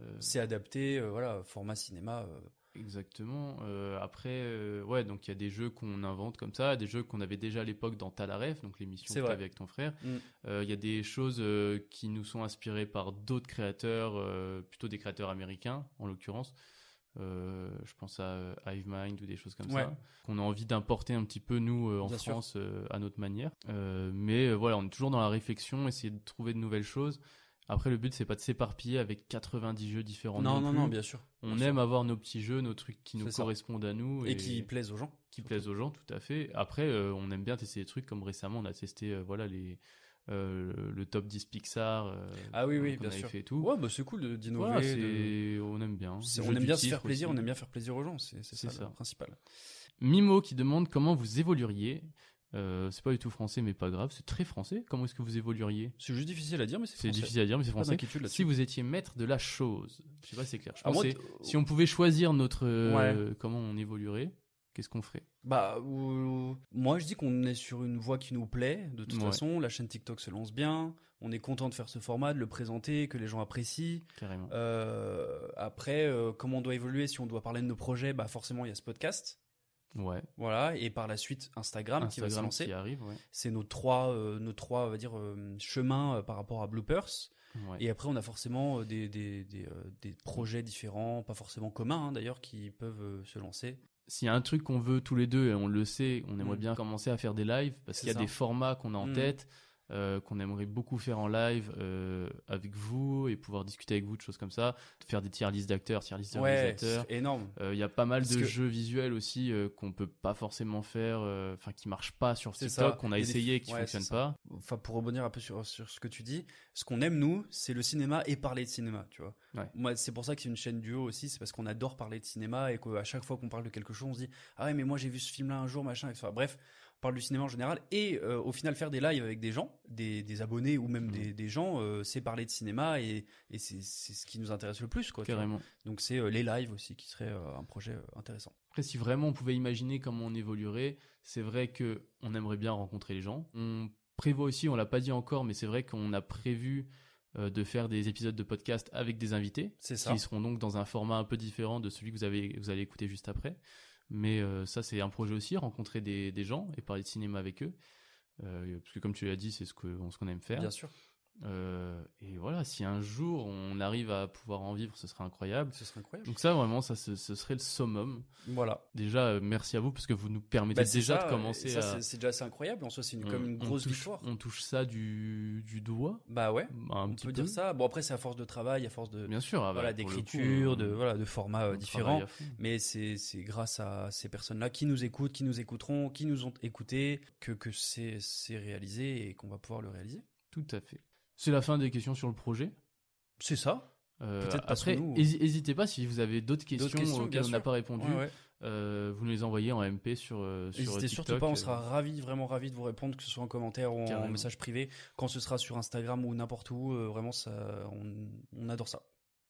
[SPEAKER 6] euh,
[SPEAKER 7] C'est adapté, euh, voilà, format cinéma. euh,
[SPEAKER 6] Exactement. Euh, après, euh, ouais, donc il y a des jeux qu'on invente comme ça, des jeux qu'on avait déjà à l'époque dans Talaref, donc l'émission
[SPEAKER 7] C'est
[SPEAKER 6] que tu
[SPEAKER 7] vrai.
[SPEAKER 6] avec ton frère.
[SPEAKER 7] Mm.
[SPEAKER 6] Euh, Il y a des choses euh, qui nous sont inspirées par d'autres créateurs, euh, plutôt des créateurs américains en l'occurrence. Euh, je pense à euh, Hivemind ou des choses comme
[SPEAKER 7] Ouais.
[SPEAKER 6] ça, qu'on a envie d'importer un petit peu nous euh, en
[SPEAKER 7] Bien sûr.
[SPEAKER 6] France euh, à notre manière. Euh, mais euh, voilà, on est toujours dans la réflexion, essayer de trouver de nouvelles choses. Après, le but c'est pas de s'éparpiller avec 90 jeux différents.
[SPEAKER 7] Non, non, non,
[SPEAKER 6] plus.
[SPEAKER 7] bien sûr.
[SPEAKER 6] On
[SPEAKER 7] Bien
[SPEAKER 6] aime avoir nos petits jeux, nos trucs qui nous
[SPEAKER 7] C'est ça.
[SPEAKER 6] correspondent à nous
[SPEAKER 7] sûr.
[SPEAKER 6] et,
[SPEAKER 7] Et qui plaisent aux gens.
[SPEAKER 6] qui plaisent aux gens, tout à fait. Après, euh, on aime bien tester des trucs comme récemment, on a testé euh, voilà les euh, le- le top 10 Pixar. euh,
[SPEAKER 7] Ah oui, oui,
[SPEAKER 6] qu'on
[SPEAKER 7] bien
[SPEAKER 6] avait
[SPEAKER 7] sûr.
[SPEAKER 6] fait et tout.
[SPEAKER 7] Ouais, bah c'est cool de- d'innover.
[SPEAKER 6] Voilà, c'est-
[SPEAKER 7] de-
[SPEAKER 6] on aime bien.
[SPEAKER 7] c'est-
[SPEAKER 6] Le
[SPEAKER 7] On
[SPEAKER 6] jeu
[SPEAKER 7] aime
[SPEAKER 6] du
[SPEAKER 7] bien se
[SPEAKER 6] titre
[SPEAKER 7] faire plaisir,
[SPEAKER 6] aussi.
[SPEAKER 7] on aime bien faire plaisir aux gens, c'est c'est
[SPEAKER 6] C'est
[SPEAKER 7] ça,
[SPEAKER 6] ça.
[SPEAKER 7] le principal.
[SPEAKER 6] Mimo qui demande comment vous évolueriez Euh, c'est pas du tout français, mais pas grave. C'est très français. Comment est-ce que vous évolueriez
[SPEAKER 7] C'est juste difficile à dire, mais c'est
[SPEAKER 6] C'est
[SPEAKER 7] français.
[SPEAKER 6] difficile à dire, mais c'est
[SPEAKER 7] Pas
[SPEAKER 6] français.
[SPEAKER 7] d'inquiétude là-dessus.
[SPEAKER 6] Si vous étiez maître de la chose, je sais pas, c'est clair. Je
[SPEAKER 7] Ah,
[SPEAKER 6] pense
[SPEAKER 7] moi,
[SPEAKER 6] que
[SPEAKER 7] t-
[SPEAKER 6] c'est- si on pouvait choisir notre euh, comment on évoluerait, qu'est-ce qu'on ferait
[SPEAKER 7] Bah, ou- moi je dis qu'on est sur une voie qui nous plaît. De toute
[SPEAKER 6] Ouais.
[SPEAKER 7] façon, la chaîne TikTok se lance bien. On est content de faire ce format, de le présenter, que les gens apprécient.
[SPEAKER 6] carrément
[SPEAKER 7] Euh, après, euh, comment on doit évoluer Si on doit parler de nos projets, bah forcément il y a ce podcast.
[SPEAKER 6] Ouais.
[SPEAKER 7] Voilà, et par la suite Instagram, qui va se
[SPEAKER 6] Instagram
[SPEAKER 7] lancer.
[SPEAKER 6] qui arrive, ouais.
[SPEAKER 7] C'est nos trois, euh, nos trois, on va dire, euh, chemins euh, par rapport à Bloopers.
[SPEAKER 6] Ouais.
[SPEAKER 7] Et après, on a forcément euh, des, des, des, euh, des projets différents, pas forcément communs hein, d'ailleurs, qui peuvent euh, se lancer.
[SPEAKER 6] S'il y a un truc qu'on veut tous les deux, et on le sait, on aimerait
[SPEAKER 7] Mm.
[SPEAKER 6] bien commencer à faire des lives, parce
[SPEAKER 7] C'est
[SPEAKER 6] qu'il y a
[SPEAKER 7] ça.
[SPEAKER 6] des formats qu'on a en
[SPEAKER 7] Mm.
[SPEAKER 6] tête, euh, qu'on aimerait beaucoup faire en live euh, avec vous, et pouvoir discuter avec vous de choses comme ça, faire des tier list d'acteurs, tier list de
[SPEAKER 7] Ouais,
[SPEAKER 6] réalisateurs.
[SPEAKER 7] c'est énorme.
[SPEAKER 6] Euh, Il y a pas mal
[SPEAKER 7] Parce
[SPEAKER 6] de
[SPEAKER 7] que-
[SPEAKER 6] jeux visuels aussi euh, qu'on peut pas forcément faire, euh, enfin qui marchent pas sur
[SPEAKER 7] C'est ça.
[SPEAKER 6] TikTok, qu'on a
[SPEAKER 7] Il y a des-
[SPEAKER 6] essayé et qui
[SPEAKER 7] ouais,
[SPEAKER 6] fonctionnent
[SPEAKER 7] c'est ça.
[SPEAKER 6] pas.
[SPEAKER 7] Enfin, pour rebondir un peu sur, sur ce que tu dis, ce qu'on aime nous, c'est le cinéma et parler de cinéma, tu vois.
[SPEAKER 6] Ouais.
[SPEAKER 7] Moi, c'est pour ça que c'est une chaîne duo aussi, c'est parce qu'on adore parler de cinéma et qu'à chaque fois qu'on parle de quelque chose, on se dit ah ouais, mais moi j'ai vu ce film-là un jour, machin, etc. Bref, on parle du cinéma en général et euh, au final faire des lives avec des gens, des, des abonnés ou même
[SPEAKER 6] Mhm.
[SPEAKER 7] des, des gens, euh, c'est parler de cinéma et, et c'est c'est ce qui nous intéresse le plus, quoi. tu vois.
[SPEAKER 6] Carrément.
[SPEAKER 7] Donc c'est euh, les lives aussi qui serait euh, un projet euh, intéressant.
[SPEAKER 6] Après, si vraiment on pouvait imaginer comment on évoluerait, c'est vrai que on aimerait bien rencontrer les gens. On prévoit aussi, on l'a pas dit encore, mais c'est vrai qu'on a prévu euh, de faire des épisodes de podcast avec des invités,
[SPEAKER 7] C'est ça.
[SPEAKER 6] qui seront donc dans un format un peu différent de celui que vous, avez, vous allez écouter juste après. Mais euh, ça, c'est un projet aussi, rencontrer des, des gens et parler de cinéma avec eux. Euh, parce que comme tu l'as dit, c'est ce qu'on ce qu'on aime faire.
[SPEAKER 7] Bien sûr,
[SPEAKER 6] Euh, et voilà, si un jour on arrive à pouvoir en vivre, ce serait incroyable.
[SPEAKER 7] ce serait incroyable.
[SPEAKER 6] Donc ça, vraiment, ça, ce, ce serait le summum.
[SPEAKER 7] Voilà.
[SPEAKER 6] Déjà, euh, merci à vous parce que vous nous permettez
[SPEAKER 7] Bah, c'est
[SPEAKER 6] déjà
[SPEAKER 7] ça,
[SPEAKER 6] de
[SPEAKER 7] euh,
[SPEAKER 6] commencer
[SPEAKER 7] ça,
[SPEAKER 6] à.
[SPEAKER 7] c'est- C'est déjà assez incroyable. En soi, c'est une,
[SPEAKER 6] on-
[SPEAKER 7] comme une
[SPEAKER 6] on
[SPEAKER 7] grosse
[SPEAKER 6] touche-
[SPEAKER 7] victoire.
[SPEAKER 6] On touche ça du, du doigt.
[SPEAKER 7] Bah ouais.
[SPEAKER 6] un
[SPEAKER 7] on
[SPEAKER 6] petit
[SPEAKER 7] peut
[SPEAKER 6] peu.
[SPEAKER 7] dire ça. Bon après, c'est à force de travail, à force de
[SPEAKER 6] Bien sûr. ah bah,
[SPEAKER 7] voilà
[SPEAKER 6] pour le coup,
[SPEAKER 7] d'écriture,
[SPEAKER 6] on-
[SPEAKER 7] de voilà de formats euh,
[SPEAKER 6] on
[SPEAKER 7] différents.
[SPEAKER 6] travaille à fond.
[SPEAKER 7] Mais c'est c'est grâce à ces personnes-là qui nous écoutent, qui nous écouteront, qui nous ont écoutés, que que c'est c'est réalisé et qu'on va pouvoir le réaliser.
[SPEAKER 6] Tout à fait. C'est la fin des questions sur le projet.
[SPEAKER 7] C'est ça.
[SPEAKER 6] Euh,
[SPEAKER 7] Peut-être parce que
[SPEAKER 6] après,
[SPEAKER 7] nous-
[SPEAKER 6] n'hésitez pas si vous avez d'autres
[SPEAKER 7] D'autres
[SPEAKER 6] questions,
[SPEAKER 7] questions, bien
[SPEAKER 6] auxquelles on n'a
[SPEAKER 7] sûr.
[SPEAKER 6] pas répondu.
[SPEAKER 7] Ouais, ouais.
[SPEAKER 6] euh, vous nous les envoyez en MP sur euh, sur
[SPEAKER 7] N'hésitez
[SPEAKER 6] TikTok.
[SPEAKER 7] surtout pas, on sera ravis, vraiment ravis de vous répondre, que ce soit en commentaire ou en
[SPEAKER 6] Carrément.
[SPEAKER 7] message privé, quand ce sera sur Instagram ou n'importe où. euh, vraiment, ça, on, on adore ça.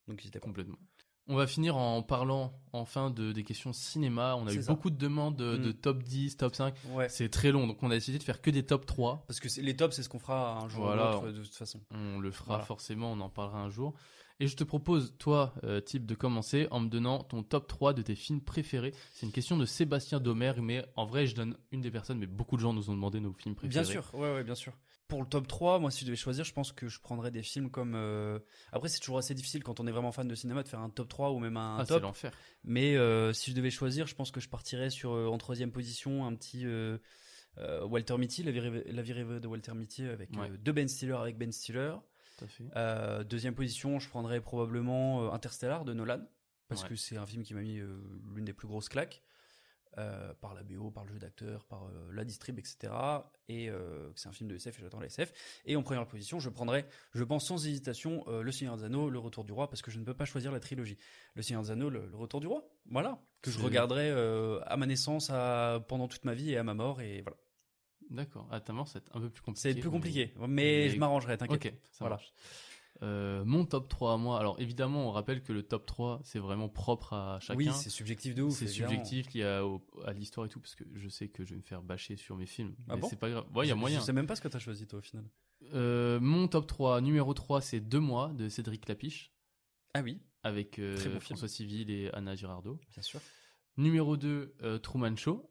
[SPEAKER 7] Donc n'hésitez pas.
[SPEAKER 6] Complètement. On va finir en parlant enfin de, des questions cinéma. On a
[SPEAKER 7] C'est
[SPEAKER 6] eu
[SPEAKER 7] ça.
[SPEAKER 6] beaucoup de demandes de, de
[SPEAKER 7] Mm.
[SPEAKER 6] top 10, top 5.
[SPEAKER 7] Ouais.
[SPEAKER 6] C'est très long, donc on a décidé de faire que des top 3.
[SPEAKER 7] Parce que c'est- les tops, c'est ce qu'on fera un jour
[SPEAKER 6] Voilà,
[SPEAKER 7] ou
[SPEAKER 6] on-
[SPEAKER 7] l'autre, de toute façon.
[SPEAKER 6] On le fera
[SPEAKER 7] Voilà.
[SPEAKER 6] forcément, on en parlera un jour. Et je te propose, toi, euh, type, de commencer en me donnant ton top 3 de tes films préférés. C'est une question de Sébastien Domer, mais en vrai, je donne une des personnes, mais beaucoup de gens nous ont demandé nos films
[SPEAKER 7] Bien
[SPEAKER 6] préférés.
[SPEAKER 7] sûr, ouais, ouais, bien sûr. Pour le top 3, moi, si je devais choisir, je pense que je prendrais des films comme. euh, Après, c'est toujours assez difficile quand on est vraiment fan de cinéma de faire un top 3 ou même un
[SPEAKER 6] Ah, c'est
[SPEAKER 7] top.
[SPEAKER 6] l'enfer.
[SPEAKER 7] Mais euh, si je devais choisir, je pense que je partirais sur, euh, en troisième position, un petit euh, euh, Walter Mitty, la vie, rêvée- La vie rêvée de Walter Mitty, avec
[SPEAKER 6] Ouais.
[SPEAKER 7] euh, deux Ben Stiller avec Ben Stiller.
[SPEAKER 6] Tout à fait.
[SPEAKER 7] Euh, deuxième position, je prendrais probablement euh, Interstellar de Nolan, parce
[SPEAKER 6] Ouais.
[SPEAKER 7] que c'est un film qui m'a mis euh, l'une des plus grosses claques, euh, par la BO, par le jeu d'acteur, par euh, la distrib, etc. Et euh, c'est un film de SF et j'attends la SF. Et en première position, je prendrais, je pense sans hésitation, euh, Le Seigneur des Anneaux, Le Retour du Roi, parce que je ne peux pas choisir la trilogie. Le Seigneur des Anneaux, Le, Le Retour du Roi, voilà, que je
[SPEAKER 6] C'est-
[SPEAKER 7] regarderai euh, à ma naissance, à, pendant toute ma vie et à ma mort, et voilà.
[SPEAKER 6] D'accord. À ta mort, c'est un peu plus compliqué.
[SPEAKER 7] C'est plus
[SPEAKER 6] mais-
[SPEAKER 7] compliqué, mais, je
[SPEAKER 6] mais-
[SPEAKER 7] m'arrangerai, t'inquiète.
[SPEAKER 6] Ok, ça
[SPEAKER 7] Voilà.
[SPEAKER 6] marche. Euh, mon top 3 à moi. Alors évidemment, on rappelle que le top 3, c'est vraiment propre à chacun.
[SPEAKER 7] Oui, c'est subjectif de ouf.
[SPEAKER 6] C'est
[SPEAKER 7] évidemment.
[SPEAKER 6] subjectif lié à, au- à l'histoire et tout, parce que je sais que je vais me faire bâcher sur mes films.
[SPEAKER 7] Ah
[SPEAKER 6] mais
[SPEAKER 7] bon
[SPEAKER 6] c'est pas grave. Ouais, il y a
[SPEAKER 7] Je-
[SPEAKER 6] moyen.
[SPEAKER 7] Je sais même pas ce que t'as choisi toi au final.
[SPEAKER 6] Euh, mon top 3, numéro 3, c'est Deux mois de Cédric Lapiche,
[SPEAKER 7] Ah oui,
[SPEAKER 6] avec euh,
[SPEAKER 7] Très bon film.
[SPEAKER 6] François Civil et Anna Girardot.
[SPEAKER 7] bien sûr.
[SPEAKER 6] Numéro 2, euh, Truman Show,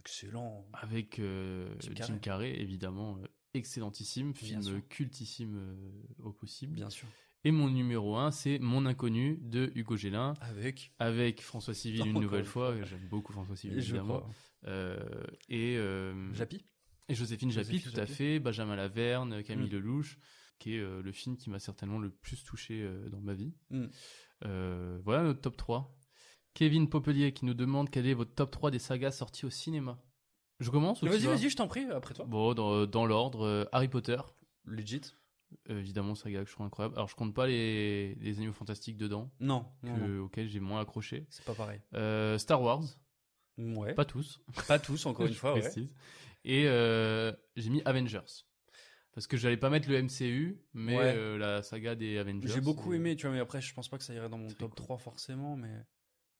[SPEAKER 7] Excellent.
[SPEAKER 6] avec euh,
[SPEAKER 7] Jim
[SPEAKER 6] Jim,
[SPEAKER 7] Carrey.
[SPEAKER 6] Carrey. évidemment. euh, excellentissime, film
[SPEAKER 7] sûr.
[SPEAKER 6] cultissime euh, au possible.
[SPEAKER 7] Bien sûr.
[SPEAKER 6] Et mon numéro 1, c'est Mon Inconnu de Hugo Gélin,
[SPEAKER 7] Avec.
[SPEAKER 6] avec François Civil une
[SPEAKER 7] Encore
[SPEAKER 6] nouvelle
[SPEAKER 7] une
[SPEAKER 6] fois.
[SPEAKER 7] fois.
[SPEAKER 6] J'aime beaucoup François Civil,
[SPEAKER 7] Je
[SPEAKER 6] évidemment.
[SPEAKER 7] crois.
[SPEAKER 6] Euh, et, euh,
[SPEAKER 7] Jappy
[SPEAKER 6] et Joséphine Japy,
[SPEAKER 7] Joséphine
[SPEAKER 6] tout à
[SPEAKER 7] Japy.
[SPEAKER 6] fait. Benjamin Laverne, Camille
[SPEAKER 7] Mm.
[SPEAKER 6] Lelouch, qui est euh, le film qui m'a certainement le plus touché euh, dans ma vie.
[SPEAKER 7] Mm.
[SPEAKER 6] Euh, voilà notre top 3. Kevin Popelier qui nous demande quel est votre top 3 des sagas sorties au cinéma. Je commence ou tu
[SPEAKER 7] Vas-y,
[SPEAKER 6] vas
[SPEAKER 7] vas-y, je t'en prie, après toi.
[SPEAKER 6] Bon, dans, dans l'ordre, euh, Harry Potter,
[SPEAKER 7] Legit
[SPEAKER 6] euh, évidemment, saga que je trouve incroyable. Alors, je compte pas les, les animaux fantastiques dedans,
[SPEAKER 7] Non,
[SPEAKER 6] que,
[SPEAKER 7] non, non.
[SPEAKER 6] auxquels j'ai moins accroché.
[SPEAKER 7] c'est pas pareil.
[SPEAKER 6] Euh, Star Wars,
[SPEAKER 7] Ouais. Pas,
[SPEAKER 6] pas tous,
[SPEAKER 7] tous, encore une
[SPEAKER 6] je *laughs*
[SPEAKER 7] fois. ouais.
[SPEAKER 6] précise. Et euh, j'ai mis Avengers. Parce que j'allais pas mettre le MCU, mais
[SPEAKER 7] Ouais.
[SPEAKER 6] euh, la saga des Avengers. euh,
[SPEAKER 7] J'ai beaucoup
[SPEAKER 6] et-
[SPEAKER 7] aimé, tu vois, mais après, je pense pas que ça irait dans mon
[SPEAKER 6] Très
[SPEAKER 7] top
[SPEAKER 6] cool.
[SPEAKER 7] 3 forcément, mais.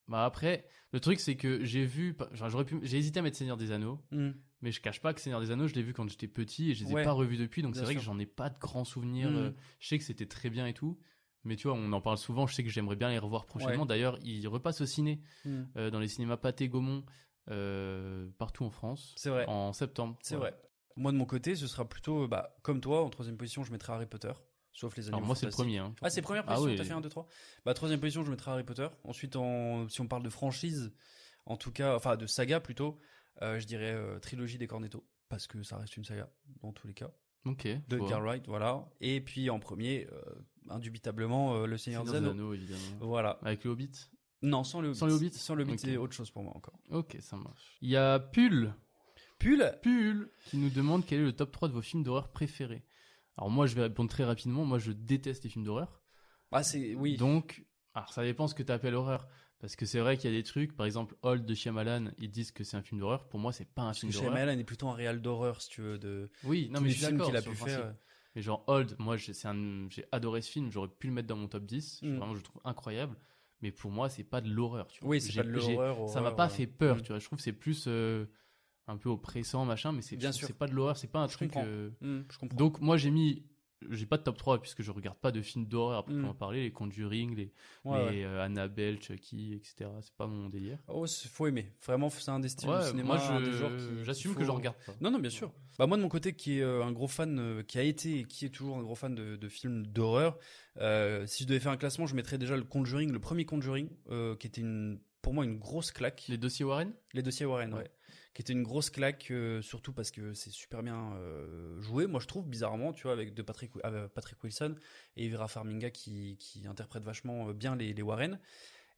[SPEAKER 6] Bah après, le truc c'est que j'ai vu, genre, j'aurais pu, j'ai hésité à mettre Seigneur des Anneaux,
[SPEAKER 7] Hmm.
[SPEAKER 6] mais je cache pas que Seigneur des Anneaux, je l'ai vu quand j'étais petit et je les ai
[SPEAKER 7] Ouais.
[SPEAKER 6] pas revus depuis, donc c'est
[SPEAKER 7] Bien
[SPEAKER 6] vrai que
[SPEAKER 7] sûr.
[SPEAKER 6] j'en ai pas de grands souvenirs.
[SPEAKER 7] Mm.
[SPEAKER 6] euh, Je sais que c'était très bien et tout, mais tu vois, on en parle souvent. Je sais que j'aimerais bien les revoir prochainement.
[SPEAKER 7] Ouais.
[SPEAKER 6] D'ailleurs, ils repassent au ciné
[SPEAKER 7] Hmm.
[SPEAKER 6] euh, dans les cinémas Pathé Gaumont euh, partout en France.
[SPEAKER 7] C'est vrai.
[SPEAKER 6] En septembre.
[SPEAKER 7] C'est
[SPEAKER 6] Voilà.
[SPEAKER 7] vrai. Moi, de mon côté, ce sera plutôt, bah, comme toi, en troisième position, je mettrai Harry Potter, sauf les animaux.
[SPEAKER 6] Alors moi, c'est le
[SPEAKER 7] fantastiques.
[SPEAKER 6] premier. hein.
[SPEAKER 7] Ah, c'est première
[SPEAKER 6] Ah
[SPEAKER 7] position,
[SPEAKER 6] oui.
[SPEAKER 7] t'as fait 1, 2, 3. Bah, troisième position, je mettrai Harry Potter. Ensuite, en, si on parle de franchise, en tout cas, enfin de saga plutôt, euh, je dirais euh, Trilogie des Cornetto, parce que ça reste une saga, dans tous les cas.
[SPEAKER 6] Ok.
[SPEAKER 7] De
[SPEAKER 6] voilà.
[SPEAKER 7] Edgar Wright, voilà. Et puis en premier, euh, indubitablement, euh, Le Seigneur des
[SPEAKER 6] Seigneur des
[SPEAKER 7] Anneaux.
[SPEAKER 6] Anneaux, évidemment.
[SPEAKER 7] Voilà.
[SPEAKER 6] Avec le Hobbit.
[SPEAKER 7] Non, sans le Hobbit.
[SPEAKER 6] Sans le Hobbit
[SPEAKER 7] Sans le Hobbit,
[SPEAKER 6] Ok.
[SPEAKER 7] c'est autre chose pour moi encore.
[SPEAKER 6] Ok, ça marche. Il y a Pull.
[SPEAKER 7] Pull
[SPEAKER 6] Pull qui nous demande quel est le top 3 de vos films d'horreur préférés. Alors moi je vais répondre très rapidement, moi je déteste les films d'horreur.
[SPEAKER 7] Ah, c'est. Oui.
[SPEAKER 6] Donc, alors ça dépend ce que tu appelles horreur. Parce que c'est vrai qu'il y a des trucs, par exemple Old de Shyamalan, ils disent que c'est un film d'horreur. Pour moi c'est pas un
[SPEAKER 7] parce
[SPEAKER 6] film
[SPEAKER 7] que
[SPEAKER 6] d'horreur.
[SPEAKER 7] Shyamalan est plutôt un réal d'horreur, si tu veux, de
[SPEAKER 6] Oui, non
[SPEAKER 7] tous
[SPEAKER 6] mais
[SPEAKER 7] les
[SPEAKER 6] je suis
[SPEAKER 7] films
[SPEAKER 6] d'accord
[SPEAKER 7] qu'il a
[SPEAKER 6] sur
[SPEAKER 7] pu
[SPEAKER 6] le principe.
[SPEAKER 7] faire.
[SPEAKER 6] Mais genre Old, moi j'ai c'est un- j'ai adoré ce film, j'aurais pu le mettre dans mon top 10. Je-
[SPEAKER 7] Mm.
[SPEAKER 6] Vraiment je le trouve incroyable. Mais pour moi c'est pas de l'horreur. tu vois.
[SPEAKER 7] Oui, c'est
[SPEAKER 6] J'ai-
[SPEAKER 7] pas de
[SPEAKER 6] j'ai-
[SPEAKER 7] l'horreur.
[SPEAKER 6] ça m'a
[SPEAKER 7] horreur,
[SPEAKER 6] pas
[SPEAKER 7] euh.
[SPEAKER 6] fait peur,
[SPEAKER 7] Mm.
[SPEAKER 6] tu vois. Je trouve que c'est plus euh, un peu oppressant, machin, mais c'est
[SPEAKER 7] Bien
[SPEAKER 6] je trouve
[SPEAKER 7] sûr.
[SPEAKER 6] que c'est pas de l'horreur, c'est pas un
[SPEAKER 7] Je
[SPEAKER 6] truc.
[SPEAKER 7] comprends.
[SPEAKER 6] euh,
[SPEAKER 7] Mm, je comprends.
[SPEAKER 6] Donc moi j'ai mis, j'ai pas de top 3 puisque je regarde pas de films d'horreur à proprement
[SPEAKER 7] Mm.
[SPEAKER 6] parler, les Conjuring, les,
[SPEAKER 7] Ouais, ouais.
[SPEAKER 6] les, euh, Annabelle, Chucky, etc. C'est pas mon délire.
[SPEAKER 7] Oh, c'est- faut aimer. Vraiment, c'est un des styles
[SPEAKER 6] Ouais,
[SPEAKER 7] du cinéma.
[SPEAKER 6] moi
[SPEAKER 7] un des genres qui-
[SPEAKER 6] je-
[SPEAKER 7] qu'il
[SPEAKER 6] j'assume
[SPEAKER 7] faut-
[SPEAKER 6] que je regarde pas.
[SPEAKER 7] Non, non, bien sûr. Bah, moi, de mon côté, qui est euh, un gros fan, euh, qui a été et qui est toujours un gros fan de, de films d'horreur, euh, si je devais faire un classement, je mettrais déjà le Conjuring, le premier Conjuring, euh, qui était une, pour moi une grosse claque.
[SPEAKER 6] Les dossiers Warren
[SPEAKER 7] Les dossiers Warren, ouais.
[SPEAKER 6] Ouais.
[SPEAKER 7] Qui était une grosse claque, euh, surtout parce que c'est super bien euh, joué, moi je trouve, bizarrement, tu vois, avec de Patrick, euh, Patrick Wilson et Vera Farminga qui, qui interprètent vachement euh, bien les, les Warren.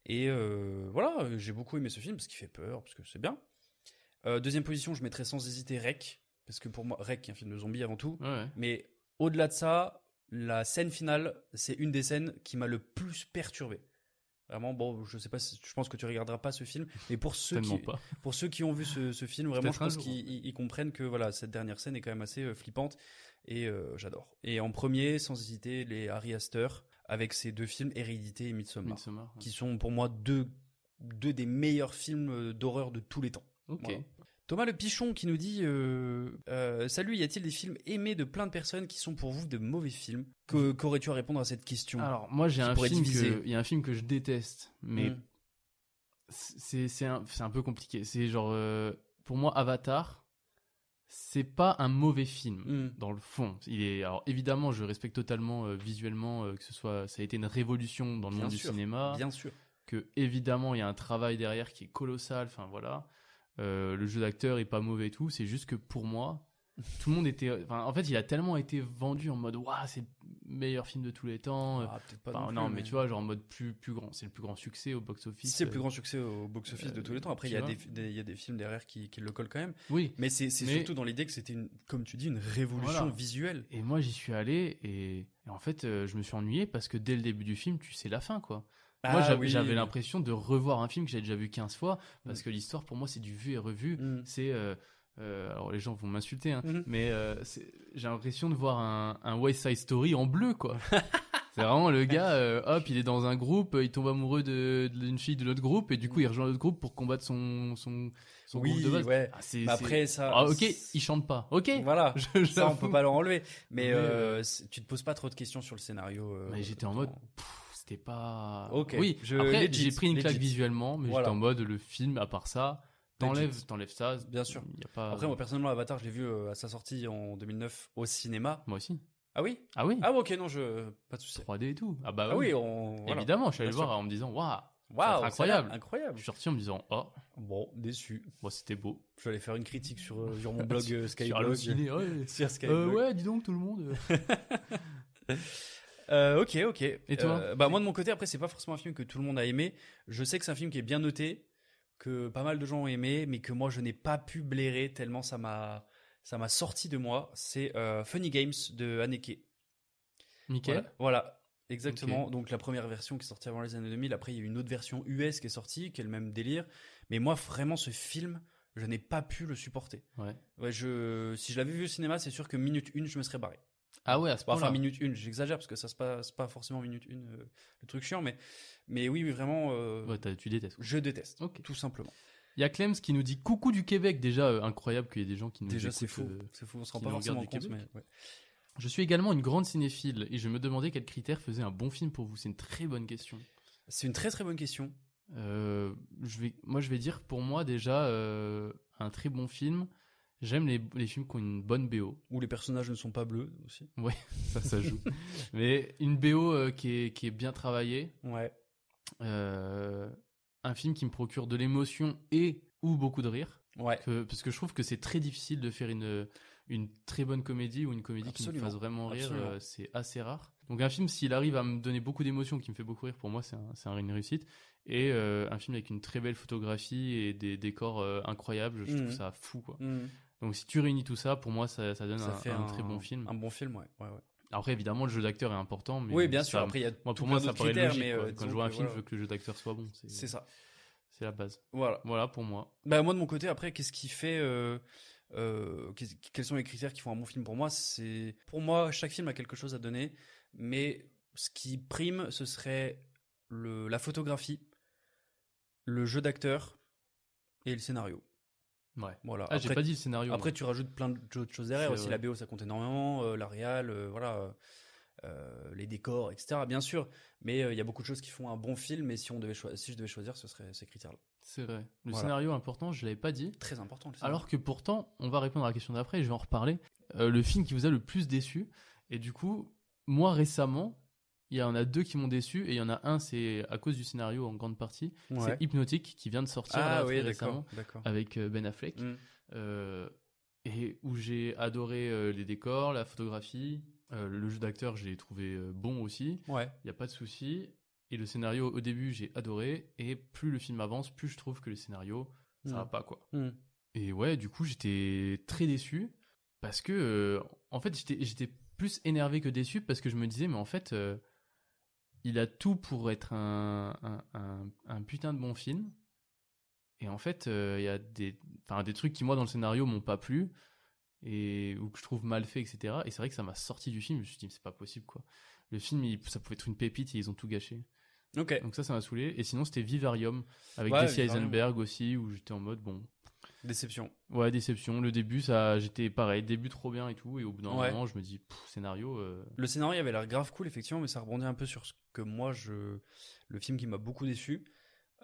[SPEAKER 7] Et euh, voilà, euh, j'ai beaucoup aimé ce film parce qu'il fait peur, parce que c'est bien. Euh, deuxième position, je mettrais sans hésiter Rec, parce que pour moi, Rec est un film de zombie avant tout.
[SPEAKER 6] Ouais, ouais.
[SPEAKER 7] Mais au-delà de ça, la scène finale, c'est une des scènes qui m'a le plus perturbé. Vraiment, bon, je sais pas, si- je pense que tu regarderas pas ce film, mais pour ceux
[SPEAKER 6] Tellement
[SPEAKER 7] qui,
[SPEAKER 6] pas.
[SPEAKER 7] pour ceux qui ont vu ce, ce film, vraiment,
[SPEAKER 6] Peut-être
[SPEAKER 7] je
[SPEAKER 6] un
[SPEAKER 7] pense
[SPEAKER 6] jour.
[SPEAKER 7] qu'ils ils- ils comprennent que voilà, cette dernière scène est quand même assez euh, flippante et euh, j'adore. Et en premier, sans hésiter, les Harry Astor avec ses deux films Hérédité et Midsommar,
[SPEAKER 6] Midsommar, ouais.
[SPEAKER 7] qui sont pour moi deux, deux des meilleurs films euh, d'horreur de tous les temps.
[SPEAKER 6] Ok.
[SPEAKER 7] Voilà. Thomas le Pichon qui nous dit euh, euh, Salut, y a-t-il des films aimés de plein de personnes qui sont pour vous de mauvais films Que- Qu'aurais-tu à répondre à cette question
[SPEAKER 6] Alors moi j'ai
[SPEAKER 7] Qui
[SPEAKER 6] un
[SPEAKER 7] pourrait
[SPEAKER 6] film
[SPEAKER 7] diviser.
[SPEAKER 6] que, il y a un film que je déteste, mais
[SPEAKER 7] Hmm.
[SPEAKER 6] c'est c'est un, c'est un peu compliqué. C'est genre, euh, pour moi, Avatar, c'est pas un mauvais film,
[SPEAKER 7] Mm.
[SPEAKER 6] dans le fond. Il est, alors évidemment, je respecte totalement euh, visuellement euh, que ce soit, ça a été une révolution dans le
[SPEAKER 7] Bien
[SPEAKER 6] monde
[SPEAKER 7] sûr,
[SPEAKER 6] du cinéma,
[SPEAKER 7] Bien sûr.
[SPEAKER 6] que évidemment, il y a un travail derrière qui est colossal, enfin voilà. Euh, le jeu d'acteur est pas mauvais et tout, c'est juste que
[SPEAKER 7] *laughs*
[SPEAKER 6] pour moi, tout le monde était. enfin, en fait, il a tellement été vendu en mode, waouh, c'est le meilleur film de tous les temps.
[SPEAKER 7] Ah, peut-être pas
[SPEAKER 6] Enfin,
[SPEAKER 7] plus,
[SPEAKER 6] Bah, non, mais... tu vois, genre en mode plus, plus grand. C'est le plus grand succès au box-office.
[SPEAKER 7] C'est le plus
[SPEAKER 6] euh,
[SPEAKER 7] grand succès au box-office de
[SPEAKER 6] euh,
[SPEAKER 7] tous les temps. Après, il y, a des,
[SPEAKER 6] tu vois.
[SPEAKER 7] des- il y a des films derrière qui, qui le collent quand même.
[SPEAKER 6] Oui,
[SPEAKER 7] Mais c'est c'est
[SPEAKER 6] Mais-
[SPEAKER 7] surtout dans l'idée que c'était, une, comme tu dis, une révolution
[SPEAKER 6] Voilà.
[SPEAKER 7] visuelle.
[SPEAKER 6] Et moi, j'y suis allé et, et en fait, euh, je me suis ennuyé parce que dès le début du film, tu sais la fin, quoi. moi,
[SPEAKER 7] Ah
[SPEAKER 6] j'avais
[SPEAKER 7] oui.
[SPEAKER 6] j'avais l'impression de revoir un film que j'avais déjà vu 15 fois parce que l'histoire, pour moi, c'est du vu et revu.
[SPEAKER 7] Mm.
[SPEAKER 6] C'est. euh, euh, alors, les gens vont m'insulter, hein,
[SPEAKER 7] Mhm.
[SPEAKER 6] mais euh, c'est- j'ai l'impression de voir un, un West Side Story en bleu, quoi. *laughs* C'est vraiment le gars, euh, hop, il est dans un groupe, il tombe amoureux de- de- d'une fille de l'autre groupe, et du coup il rejoint l'autre groupe pour combattre son, son, son
[SPEAKER 7] Oui,
[SPEAKER 6] groupe de base.
[SPEAKER 7] ouais.
[SPEAKER 6] Ah, c'est-
[SPEAKER 7] Mais
[SPEAKER 6] c'est-
[SPEAKER 7] Après, ça.
[SPEAKER 6] Ah, ok,
[SPEAKER 7] c'est-
[SPEAKER 6] il chante pas. Ok,
[SPEAKER 7] Voilà.
[SPEAKER 6] *laughs* je,
[SPEAKER 7] Ça, on
[SPEAKER 6] j'avoue.
[SPEAKER 7] peut pas leur enlever. Mais,
[SPEAKER 6] Mais,
[SPEAKER 7] euh, c'est- tu te poses pas trop de questions sur le scénario. euh,
[SPEAKER 6] Mais j'étais en mode, pff, c'était pas.
[SPEAKER 7] Ok,
[SPEAKER 6] Oui,
[SPEAKER 7] je-
[SPEAKER 6] après,
[SPEAKER 7] legit,
[SPEAKER 6] j'ai pris une claque
[SPEAKER 7] legit.
[SPEAKER 6] visuellement, mais
[SPEAKER 7] Voilà.
[SPEAKER 6] j'étais en mode, le film, à part ça, t'enlèves
[SPEAKER 7] Legit.
[SPEAKER 6] t'enlèves ça.
[SPEAKER 7] Bien sûr.
[SPEAKER 6] Y a pas...
[SPEAKER 7] Après, moi, personnellement, Avatar, je l'ai vu euh, à sa sortie en 2009 au cinéma.
[SPEAKER 6] Moi aussi.
[SPEAKER 7] Ah oui
[SPEAKER 6] Ah oui
[SPEAKER 7] Ah, ok, non, je. Pas de souci.
[SPEAKER 6] 3D et tout. Ah bah
[SPEAKER 7] Ah oui,
[SPEAKER 6] oui.
[SPEAKER 7] on. voilà.
[SPEAKER 6] Évidemment, je suis allé le
[SPEAKER 7] Bien
[SPEAKER 6] voir en me disant, waouh,
[SPEAKER 7] Waouh,
[SPEAKER 6] c'est
[SPEAKER 7] ça a l'air
[SPEAKER 6] incroyable. Je
[SPEAKER 7] Incroyable.
[SPEAKER 6] suis sorti en me disant, oh,
[SPEAKER 7] Bon, déçu.
[SPEAKER 6] bon, c'était beau.
[SPEAKER 7] Je vais aller faire une critique sur, euh, sur
[SPEAKER 6] *laughs*
[SPEAKER 7] mon blog euh,
[SPEAKER 6] Sur
[SPEAKER 7] Skyblog.
[SPEAKER 6] Allociné,
[SPEAKER 7] *laughs*
[SPEAKER 6] ouais.
[SPEAKER 7] Sur Skyblog.
[SPEAKER 6] Euh, ouais, dis donc tout
[SPEAKER 7] *laughs*
[SPEAKER 6] le monde.
[SPEAKER 7] Euh, ok, ok. Et
[SPEAKER 6] toi
[SPEAKER 7] Bah moi de mon côté, après c'est pas forcément un film que tout le monde a aimé. Je sais que c'est un film qui est bien noté, que pas mal de gens ont aimé, mais que moi je n'ai pas pu blairer tellement ça m'a ça m'a sorti de moi. C'est euh, Funny Games de Haneke.
[SPEAKER 6] Michael
[SPEAKER 7] Voilà, voilà, exactement. Donc la première version qui est sortie avant les années 2000. Après il y a eu une autre version US qui est sortie, qui est le même délire. Mais moi vraiment ce film, je n'ai pas pu le supporter.
[SPEAKER 6] Ouais.
[SPEAKER 7] Ouais, je, si je l'avais vu au cinéma, c'est sûr que minute 1, je me serais barré.
[SPEAKER 6] Ah ouais, à ce
[SPEAKER 7] Bon,
[SPEAKER 6] point-là.
[SPEAKER 7] enfin, minute 1, j'exagère parce que ça se passe pas forcément minute 1, le truc chiant, mais, mais oui, oui, vraiment, euh,
[SPEAKER 6] Ouais, t'as- tu détestes. quoi.
[SPEAKER 7] je déteste,
[SPEAKER 6] Ok.
[SPEAKER 7] tout simplement.
[SPEAKER 6] Il y a Clems qui nous dit coucou du Québec. Déjà, euh, incroyable qu'il y ait des gens qui nous
[SPEAKER 7] Déjà,
[SPEAKER 6] écoutent,
[SPEAKER 7] c'est fou,
[SPEAKER 6] euh,
[SPEAKER 7] c'est fou, on se rend
[SPEAKER 6] qui
[SPEAKER 7] pas
[SPEAKER 6] nous
[SPEAKER 7] forcément
[SPEAKER 6] regardent
[SPEAKER 7] compte,
[SPEAKER 6] du
[SPEAKER 7] mais
[SPEAKER 6] Québec.
[SPEAKER 7] ouais.
[SPEAKER 6] Je suis également une grande cinéphile et je me demandais quels critères faisaient un bon film pour vous. C'est une très bonne question.
[SPEAKER 7] c'est une très très bonne question.
[SPEAKER 6] Euh, je vais, moi, je vais dire pour moi déjà euh, un très bon film. J'aime les, les films qui ont une bonne BO.
[SPEAKER 7] Où les personnages ne sont pas bleus aussi.
[SPEAKER 6] Ça, ça joue. Mais une BO euh, qui, est, qui est bien travaillée.
[SPEAKER 7] Ouais.
[SPEAKER 6] Euh, un film qui me procure de l'émotion et ou beaucoup de rire.
[SPEAKER 7] Ouais.
[SPEAKER 6] Que- parce que je trouve que c'est très difficile de faire une, une très bonne comédie ou une comédie qui
[SPEAKER 7] Absolument.
[SPEAKER 6] me fasse vraiment rire.
[SPEAKER 7] Absolument.
[SPEAKER 6] euh, c'est assez rare. Donc un film, s'il arrive à me donner beaucoup d'émotions, qui me fait beaucoup rire, pour moi, c'est un- c'est un- une réussite. Et euh, un film avec une très belle photographie et des décors euh, incroyables, je
[SPEAKER 7] Mhm.
[SPEAKER 6] trouve ça fou. Quoi. Donc si tu réunis tout ça, pour moi, ça, ça donne un, un très bon film.
[SPEAKER 7] Un bon film, ouais. ouais, ouais.
[SPEAKER 6] Après, évidemment, le jeu d'acteur est important. Mais
[SPEAKER 7] oui, bien
[SPEAKER 6] ça-
[SPEAKER 7] sûr. Après, il y a
[SPEAKER 6] moi,
[SPEAKER 7] tout
[SPEAKER 6] pour moi,
[SPEAKER 7] plein
[SPEAKER 6] ça
[SPEAKER 7] d'autres
[SPEAKER 6] paraît
[SPEAKER 7] critères,
[SPEAKER 6] logique.
[SPEAKER 7] mais
[SPEAKER 6] quoi.
[SPEAKER 7] euh,
[SPEAKER 6] Quand je
[SPEAKER 7] disons
[SPEAKER 6] vois un
[SPEAKER 7] que,
[SPEAKER 6] film, je veux
[SPEAKER 7] voilà.
[SPEAKER 6] que euh, le jeu d'acteur soit bon.
[SPEAKER 7] c'est ça.
[SPEAKER 6] C'est la base.
[SPEAKER 7] Voilà.
[SPEAKER 6] Voilà pour moi.
[SPEAKER 7] Bah, moi, de mon côté, après, qu'est-ce qui fait. euh, euh, qu'est- quels sont les critères qui font un bon film pour moi C'est Pour moi, chaque film a quelque chose à donner, mais ce qui prime, ce serait le, la photographie, le jeu d'acteur et le scénario.
[SPEAKER 6] Ouais.
[SPEAKER 7] Voilà.
[SPEAKER 6] Ah, j'ai
[SPEAKER 7] Après,
[SPEAKER 6] pas dit le scénario.
[SPEAKER 7] Après,
[SPEAKER 6] moi.
[SPEAKER 7] tu rajoutes plein d'autres choses derrière
[SPEAKER 6] C'est
[SPEAKER 7] aussi.
[SPEAKER 6] vrai.
[SPEAKER 7] La BO, ça compte énormément. euh, la réal, euh, voilà, euh, euh, les décors, etc. Bien sûr, mais euh, il y a beaucoup de choses qui font un bon film. Et si on devait choi- si je devais choisir, ce serait ces critères-là.
[SPEAKER 6] C'est vrai. Le
[SPEAKER 7] Voilà.
[SPEAKER 6] scénario important, je l'avais pas dit.
[SPEAKER 7] Très important. le scénario.
[SPEAKER 6] Alors que pourtant, on va répondre à la question d'après et je vais en reparler. Euh, le film qui vous a le plus déçu. Et du coup, moi récemment, il y en a deux qui m'ont déçu et il y en a un, c'est à cause du scénario en grande partie.
[SPEAKER 7] Ouais.
[SPEAKER 6] C'est Hypnotique qui vient de sortir
[SPEAKER 7] ah
[SPEAKER 6] là,
[SPEAKER 7] oui, d'accord,
[SPEAKER 6] très récemment
[SPEAKER 7] d'accord.
[SPEAKER 6] avec euh, Ben Affleck.
[SPEAKER 7] Mm.
[SPEAKER 6] Euh, et où j'ai adoré euh, les décors, la photographie. Euh, le jeu d'acteur, j'ai trouvé euh, bon aussi.
[SPEAKER 7] Mm. Ouais.
[SPEAKER 6] Il n'y a pas de souci. Et le scénario, au début, j'ai adoré. Et plus le film avance, plus je trouve que le scénario, ça
[SPEAKER 7] Mm.
[SPEAKER 6] va pas, quoi.
[SPEAKER 7] Mm.
[SPEAKER 6] Et ouais, du coup, j'étais très déçu. Parce que, euh, en fait, j'étais- j'étais plus énervé que déçu parce que je me disais, mais en fait, euh, il a tout pour être un, un, un- un putain de bon film. Et en fait, euh, il y a des, enfin, des trucs qui, moi, dans le scénario, m'ont pas plu. Et, ou que je trouve mal fait, etc. Et c'est vrai que ça m'a sorti du film. Je me suis dit, mais c'est pas possible, quoi. Le film, il- ça pouvait être une pépite et ils ont tout gâché.
[SPEAKER 7] Ok.
[SPEAKER 6] Donc ça, ça m'a saoulé. Et sinon, c'était Vivarium avec
[SPEAKER 7] Ouais,
[SPEAKER 6] Jesse
[SPEAKER 7] Vivarium.
[SPEAKER 6] Eisenberg aussi, où j'étais en mode, bon,
[SPEAKER 7] Déception.
[SPEAKER 6] Ouais, déception. Le début, ça, j'étais pareil, début trop bien et tout, et au bout d'un
[SPEAKER 7] Ouais.
[SPEAKER 6] moment, je me dis, pff, scénario. euh,
[SPEAKER 7] Le scénario avait l'air grave cool effectivement, mais ça rebondit un peu sur ce que moi je, le film qui m'a beaucoup déçu.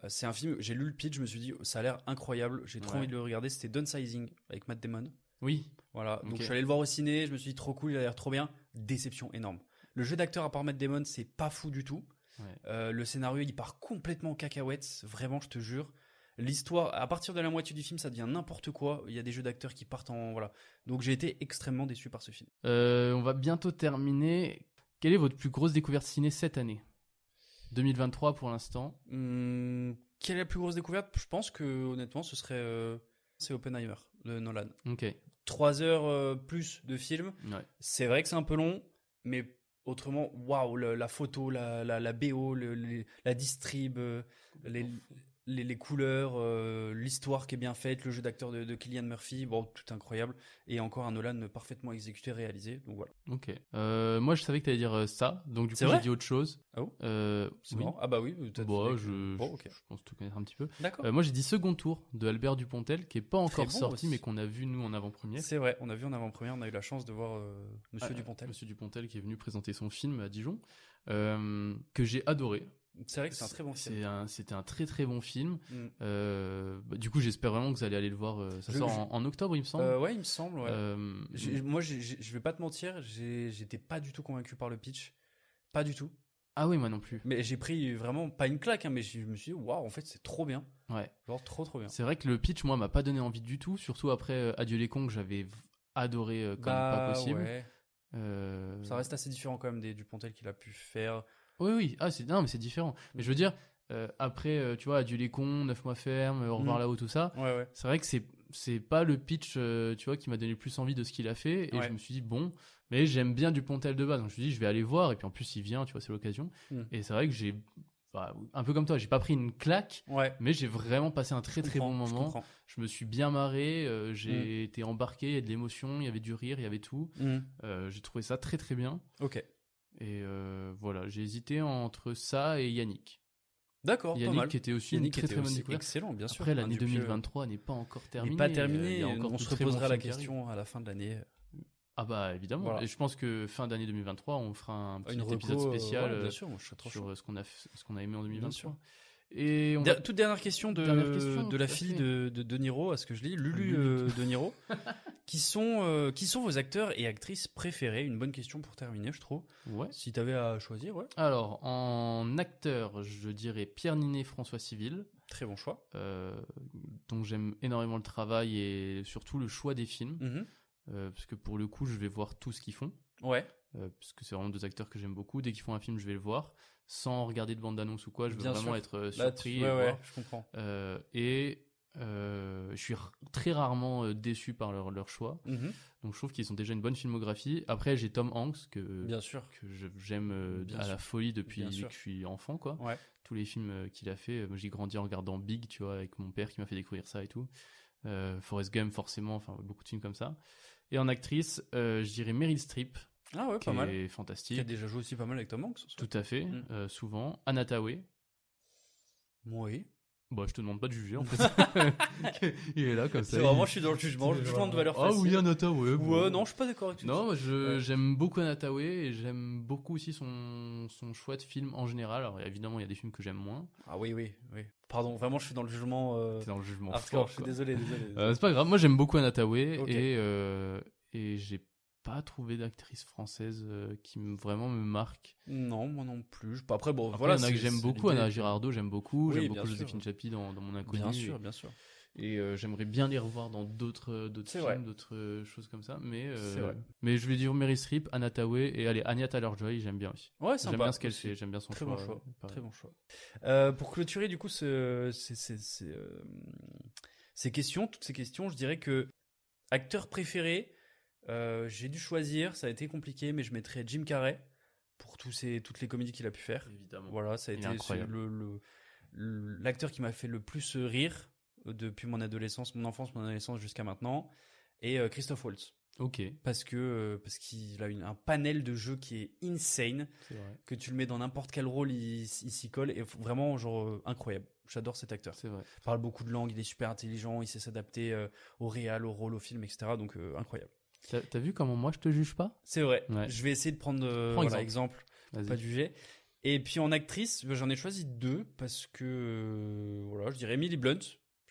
[SPEAKER 7] Euh, C'est un film, j'ai lu le pitch, je me suis dit, ça a l'air incroyable, j'ai trop
[SPEAKER 6] Ouais.
[SPEAKER 7] envie de le regarder. C'était Downsizing avec Matt Damon.
[SPEAKER 6] Oui.
[SPEAKER 7] Voilà, donc
[SPEAKER 6] Ok.
[SPEAKER 7] je suis allé le voir au ciné, je me suis dit trop cool, il a l'air trop bien. Déception énorme. Le jeu d'acteur à part Matt Damon, c'est pas fou du tout.
[SPEAKER 6] Ouais.
[SPEAKER 7] Euh, le scénario, il part complètement en cacahuètes, vraiment, je te jure. L'histoire, à partir de la moitié du film, ça devient n'importe quoi. Il y a des jeux d'acteurs qui partent en. Voilà. Donc j'ai été extrêmement déçu par ce film.
[SPEAKER 6] Euh, on va bientôt terminer. Quelle est votre plus grosse découverte ciné cette année 2023 pour l'instant.
[SPEAKER 7] Hum, quelle est la plus grosse découverte Je pense que, honnêtement, ce serait. euh, c'est Oppenheimer de Nolan.
[SPEAKER 6] Ok. Ouais.
[SPEAKER 7] Trois heures euh, plus de film. C'est vrai que c'est un peu long, mais autrement, waouh, le- la photo, la, la, la BO, le- les- la distrib, euh, les, les, les couleurs, euh, l'histoire qui est bien faite, le jeu d'acteur de, de Killian Murphy, bon, tout incroyable. Et encore un Nolan parfaitement exécuté, réalisé. Donc voilà.
[SPEAKER 6] Ok. Euh, moi, je savais que t'allais dire euh, ça, donc du
[SPEAKER 7] C'est
[SPEAKER 6] coup, j'ai
[SPEAKER 7] vrai
[SPEAKER 6] dit autre chose.
[SPEAKER 7] Ah bon
[SPEAKER 6] Euh,
[SPEAKER 7] C'est
[SPEAKER 6] oui.
[SPEAKER 7] marrant. Ah bah oui, peut-être.
[SPEAKER 6] Bon,
[SPEAKER 7] que-
[SPEAKER 6] je,
[SPEAKER 7] Bon, ok.
[SPEAKER 6] je pense tout connaître un petit peu.
[SPEAKER 7] D'accord.
[SPEAKER 6] Euh, moi, j'ai dit Second Tour de Albert Dupontel, qui est pas encore
[SPEAKER 7] Très bon
[SPEAKER 6] sorti,
[SPEAKER 7] aussi.
[SPEAKER 6] mais qu'on a vu nous en avant-première.
[SPEAKER 7] C'est vrai, on a vu en avant-première, on a eu la chance de voir euh, Monsieur
[SPEAKER 6] Ah,
[SPEAKER 7] Dupontel.
[SPEAKER 6] Monsieur Dupontel qui est venu présenter son film à Dijon, euh, que j'ai adoré.
[SPEAKER 7] C'est vrai que c'est un très bon film.
[SPEAKER 6] C'est un- C'était un très très bon film.
[SPEAKER 7] Mm.
[SPEAKER 6] Euh, bah, du coup, j'espère vraiment que vous allez aller le voir. euh, ça
[SPEAKER 7] Je-
[SPEAKER 6] sort
[SPEAKER 7] je-
[SPEAKER 6] en, en octobre, il me semble.
[SPEAKER 7] Euh, ouais, il me semble. ouais.
[SPEAKER 6] Euh,
[SPEAKER 7] J'ai- Moi, j'ai- j'ai- je vais pas te mentir, j'ai- j'étais pas du tout convaincu par le pitch. Pas du tout.
[SPEAKER 6] ah oui, moi non plus.
[SPEAKER 7] Mais j'ai pris vraiment pas une claque, hein, mais je me suis dit, waouh, en fait, c'est trop bien.
[SPEAKER 6] Ouais.
[SPEAKER 7] Genre, trop, trop bien.
[SPEAKER 6] C'est vrai que le pitch, moi, m'a pas donné envie du tout. Surtout après euh, Adieu les cons que j'avais v- adoré euh, comme pas possible.
[SPEAKER 7] Bah ouais.
[SPEAKER 6] Euh,
[SPEAKER 7] Ça reste assez différent quand même des Dupontel qu'il a pu faire.
[SPEAKER 6] Oui, oui. Ah, c'est non, mais c'est différent. Mais
[SPEAKER 7] Mm.
[SPEAKER 6] je veux dire, euh, après, euh, tu vois, Adieu les cons, 9 mois ferme, Au revoir
[SPEAKER 7] Mm.
[SPEAKER 6] là-haut, tout ça.
[SPEAKER 7] Ouais, ouais.
[SPEAKER 6] C'est vrai que c'est c'est pas le pitch euh, tu vois qui m'a donné le plus envie de ce qu'il a fait et
[SPEAKER 7] Ouais.
[SPEAKER 6] je me suis dit bon mais j'aime bien Dupontel de base donc je me suis dit je vais aller voir et puis en plus il vient tu vois c'est l'occasion
[SPEAKER 7] Mm.
[SPEAKER 6] et c'est vrai que j'ai bah, un peu comme toi, j'ai pas pris une claque,
[SPEAKER 7] Ouais.
[SPEAKER 6] mais j'ai vraiment passé un très
[SPEAKER 7] Je
[SPEAKER 6] très bon
[SPEAKER 7] comprends, je
[SPEAKER 6] moment.
[SPEAKER 7] comprends. Hmm.
[SPEAKER 6] Je, me suis bien marré, euh, j'ai été embarqué, il y a de l'émotion, il y avait du rire, il y avait tout.
[SPEAKER 7] Mm.
[SPEAKER 6] Euh, j'ai trouvé ça très très bien.
[SPEAKER 7] Ok.
[SPEAKER 6] Et euh, voilà, j'ai hésité entre ça et Yannick.
[SPEAKER 7] D'accord, Oh, pas
[SPEAKER 6] Yannick
[SPEAKER 7] mal.
[SPEAKER 6] qui était aussi
[SPEAKER 7] Yannick
[SPEAKER 6] une très
[SPEAKER 7] était
[SPEAKER 6] très bonne
[SPEAKER 7] aussi
[SPEAKER 6] découverte.
[SPEAKER 7] excellent, bien sûr.
[SPEAKER 6] Après,
[SPEAKER 7] Alain
[SPEAKER 6] l'année
[SPEAKER 7] Dupieux
[SPEAKER 6] 2023 n'est pas encore
[SPEAKER 7] n'est
[SPEAKER 6] terminée.
[SPEAKER 7] pas
[SPEAKER 6] euh, il
[SPEAKER 7] terminé.
[SPEAKER 6] y a
[SPEAKER 7] euh,
[SPEAKER 6] encore
[SPEAKER 7] on
[SPEAKER 6] de
[SPEAKER 7] se
[SPEAKER 6] très bons
[SPEAKER 7] reposera la
[SPEAKER 6] films qui arrivent.
[SPEAKER 7] question à la fin de l'année.
[SPEAKER 6] Ah bah évidemment.
[SPEAKER 7] Voilà.
[SPEAKER 6] Et je pense que fin d'année 2023, on fera un petit
[SPEAKER 7] Une reco,
[SPEAKER 6] épisode
[SPEAKER 7] euh,
[SPEAKER 6] spécial
[SPEAKER 7] ouais, bien
[SPEAKER 6] euh,
[SPEAKER 7] sûr, moi, je serais trop chaud.
[SPEAKER 6] sur euh, ce qu'on a f- ce qu'on a aimé en
[SPEAKER 7] sûr.
[SPEAKER 6] 2023. Et on
[SPEAKER 7] Der-
[SPEAKER 6] va-
[SPEAKER 7] Toute dernière question de,
[SPEAKER 6] Dernière question,
[SPEAKER 7] de la
[SPEAKER 6] tout à
[SPEAKER 7] fille
[SPEAKER 6] fait. Ah,
[SPEAKER 7] de, de De Niro, à ce que je lis, Lulu
[SPEAKER 6] Lulu.
[SPEAKER 7] euh, De
[SPEAKER 6] *laughs*
[SPEAKER 7] Niro. qui, sont, euh, qui sont vos acteurs et actrices préférés Une bonne question pour terminer, je trouve.
[SPEAKER 6] Ouais.
[SPEAKER 7] Si t'avais à choisir, ouais.
[SPEAKER 6] Alors en acteur, je dirais Pierre Ninet, François Civil,
[SPEAKER 7] Très bon choix.
[SPEAKER 6] euh, dont j'aime énormément le travail et surtout le choix des films,
[SPEAKER 7] Mhm.
[SPEAKER 6] euh, parce que pour le coup, je vais voir tout ce qu'ils font.
[SPEAKER 7] Ouais,
[SPEAKER 6] euh, parce que c'est vraiment deux acteurs que j'aime beaucoup. Dès qu'ils font un film, je vais le voir, sans regarder de bande-annonce ou quoi. Je veux
[SPEAKER 7] Bien
[SPEAKER 6] vraiment
[SPEAKER 7] sûr.
[SPEAKER 6] être euh,
[SPEAKER 7] Là,
[SPEAKER 6] surpris
[SPEAKER 7] tu- ouais,
[SPEAKER 6] et
[SPEAKER 7] ouais,
[SPEAKER 6] voir.
[SPEAKER 7] je comprends.
[SPEAKER 6] Euh, et euh, je suis r- très rarement euh, déçu par leur, leur choix.
[SPEAKER 7] Mhm.
[SPEAKER 6] Donc je trouve qu'ils ont déjà une bonne filmographie. Après, j'ai Tom Hanks que
[SPEAKER 7] Bien sûr.
[SPEAKER 6] que je- j'aime euh,
[SPEAKER 7] Bien
[SPEAKER 6] à
[SPEAKER 7] sûr.
[SPEAKER 6] la folie depuis
[SPEAKER 7] Bien
[SPEAKER 6] que
[SPEAKER 7] sûr.
[SPEAKER 6] je suis enfant quoi.
[SPEAKER 7] Ouais.
[SPEAKER 6] Tous les films euh, qu'il a fait, euh, moi, j'ai grandi en regardant Big, tu vois, avec mon père qui m'a fait découvrir ça et tout. Euh, Forrest Gump forcément, enfin beaucoup de films comme ça. Et en actrice, euh, je dirais Meryl Streep,
[SPEAKER 7] Ah ouais,
[SPEAKER 6] qui
[SPEAKER 7] pas mal. Qui
[SPEAKER 6] est
[SPEAKER 7] a
[SPEAKER 6] fantastique.
[SPEAKER 7] déjà joué aussi pas mal avec Tom Hanks.
[SPEAKER 6] Tout à fait,
[SPEAKER 7] Mm.
[SPEAKER 6] euh, souvent. Anna Tawai.
[SPEAKER 7] Oui.
[SPEAKER 6] Bon, je te demande pas de juger
[SPEAKER 7] *laughs*
[SPEAKER 6] en fait. il est là comme ça.
[SPEAKER 7] C'est
[SPEAKER 6] il-
[SPEAKER 7] vraiment, je suis dans le jugement, je demande de valeur
[SPEAKER 6] Ah
[SPEAKER 7] facile.
[SPEAKER 6] oui, Anata, ouais.
[SPEAKER 7] Euh, Ouais, non, je suis pas d'accord avec tout
[SPEAKER 6] Non,
[SPEAKER 7] ça.
[SPEAKER 6] moi, je-
[SPEAKER 7] Ouais.
[SPEAKER 6] j'aime beaucoup Anatawe et j'aime beaucoup aussi son, son choix de film en général. Alors évidemment, il y a des films que j'aime moins.
[SPEAKER 7] Ah oui, oui, oui. Pardon, vraiment, je suis dans le jugement. euh,
[SPEAKER 6] C'est dans le jugement
[SPEAKER 7] hardcore,
[SPEAKER 6] fort.
[SPEAKER 7] je suis
[SPEAKER 6] quoi.
[SPEAKER 7] désolé, désolé.
[SPEAKER 6] Euh, c'est pas grave, moi j'aime beaucoup Anatawe
[SPEAKER 7] Ok.
[SPEAKER 6] et, euh, et j'ai pas trouvé d'actrice française euh, qui me- vraiment me marque.
[SPEAKER 7] Non, moi non plus. Je- Après, bon,
[SPEAKER 6] Après,
[SPEAKER 7] voilà.
[SPEAKER 6] il y en a
[SPEAKER 7] c'est-
[SPEAKER 6] que j'aime
[SPEAKER 7] c'est
[SPEAKER 6] beaucoup,
[SPEAKER 7] l'idée.
[SPEAKER 6] Anna Girardot, j'aime beaucoup,
[SPEAKER 7] Oui,
[SPEAKER 6] j'aime
[SPEAKER 7] bien
[SPEAKER 6] beaucoup
[SPEAKER 7] sûr.
[SPEAKER 6] Joséphine Chapi dans, dans Mon Inconnu.
[SPEAKER 7] Bien
[SPEAKER 6] et-
[SPEAKER 7] sûr, bien sûr.
[SPEAKER 6] Et euh, j'aimerais bien les revoir dans d'autres euh, d'autres
[SPEAKER 7] C'est vrai.
[SPEAKER 6] films, d'autres euh, choses comme ça. Mais, euh,
[SPEAKER 7] C'est vrai.
[SPEAKER 6] mais je vais dire Mary Streep, Anna Tawai et allez, Anya Taylor-Joy, j'aime bien aussi.
[SPEAKER 7] Ouais, sympa.
[SPEAKER 6] J'aime bien ce qu'elle
[SPEAKER 7] aussi.
[SPEAKER 6] fait, j'aime bien son
[SPEAKER 7] Très
[SPEAKER 6] choix.
[SPEAKER 7] bon choix.
[SPEAKER 6] euh, pareil.
[SPEAKER 7] Très bon choix. Euh, pour clôturer du coup ce- ces- ces- ces, euh, ces questions, toutes ces questions, je dirais que acteur préféré, euh, j'ai dû choisir, ça a été compliqué, mais je mettrais Jim Carrey pour tous ces, toutes les comédies qu'il a pu faire.
[SPEAKER 6] Évidemment.
[SPEAKER 7] Voilà, ça a
[SPEAKER 6] Il est
[SPEAKER 7] été c'est
[SPEAKER 6] incroyable.
[SPEAKER 7] le- le- le- l'acteur qui m'a fait le plus rire euh, depuis mon adolescence, mon enfance, mon adolescence jusqu'à maintenant, et euh, Christophe Waltz.
[SPEAKER 6] Ok,
[SPEAKER 7] Parce que euh, parce qu'il a une- un panel de jeux qui est insane
[SPEAKER 6] c'est vrai.
[SPEAKER 7] que tu le mets dans n'importe quel rôle, il, s- il s'y colle. Et f- vraiment, genre, euh, incroyable. J'adore cet acteur.
[SPEAKER 6] C'est vrai.
[SPEAKER 7] Il parle beaucoup de langues, il est super intelligent, il sait s'adapter euh, au réel, au rôle, au film, etc. Donc, euh, incroyable.
[SPEAKER 6] T'as- T'as vu comment moi je te juge pas
[SPEAKER 7] C'est vrai.
[SPEAKER 6] Ouais.
[SPEAKER 7] Je vais essayer de prendre euh,
[SPEAKER 6] Prends
[SPEAKER 7] voilà,
[SPEAKER 6] exemple.
[SPEAKER 7] exemple,
[SPEAKER 6] Vas-y.
[SPEAKER 7] pas juger. Et puis en actrice, bah, j'en ai choisi deux parce que, euh, voilà, je dirais Emily Blunt.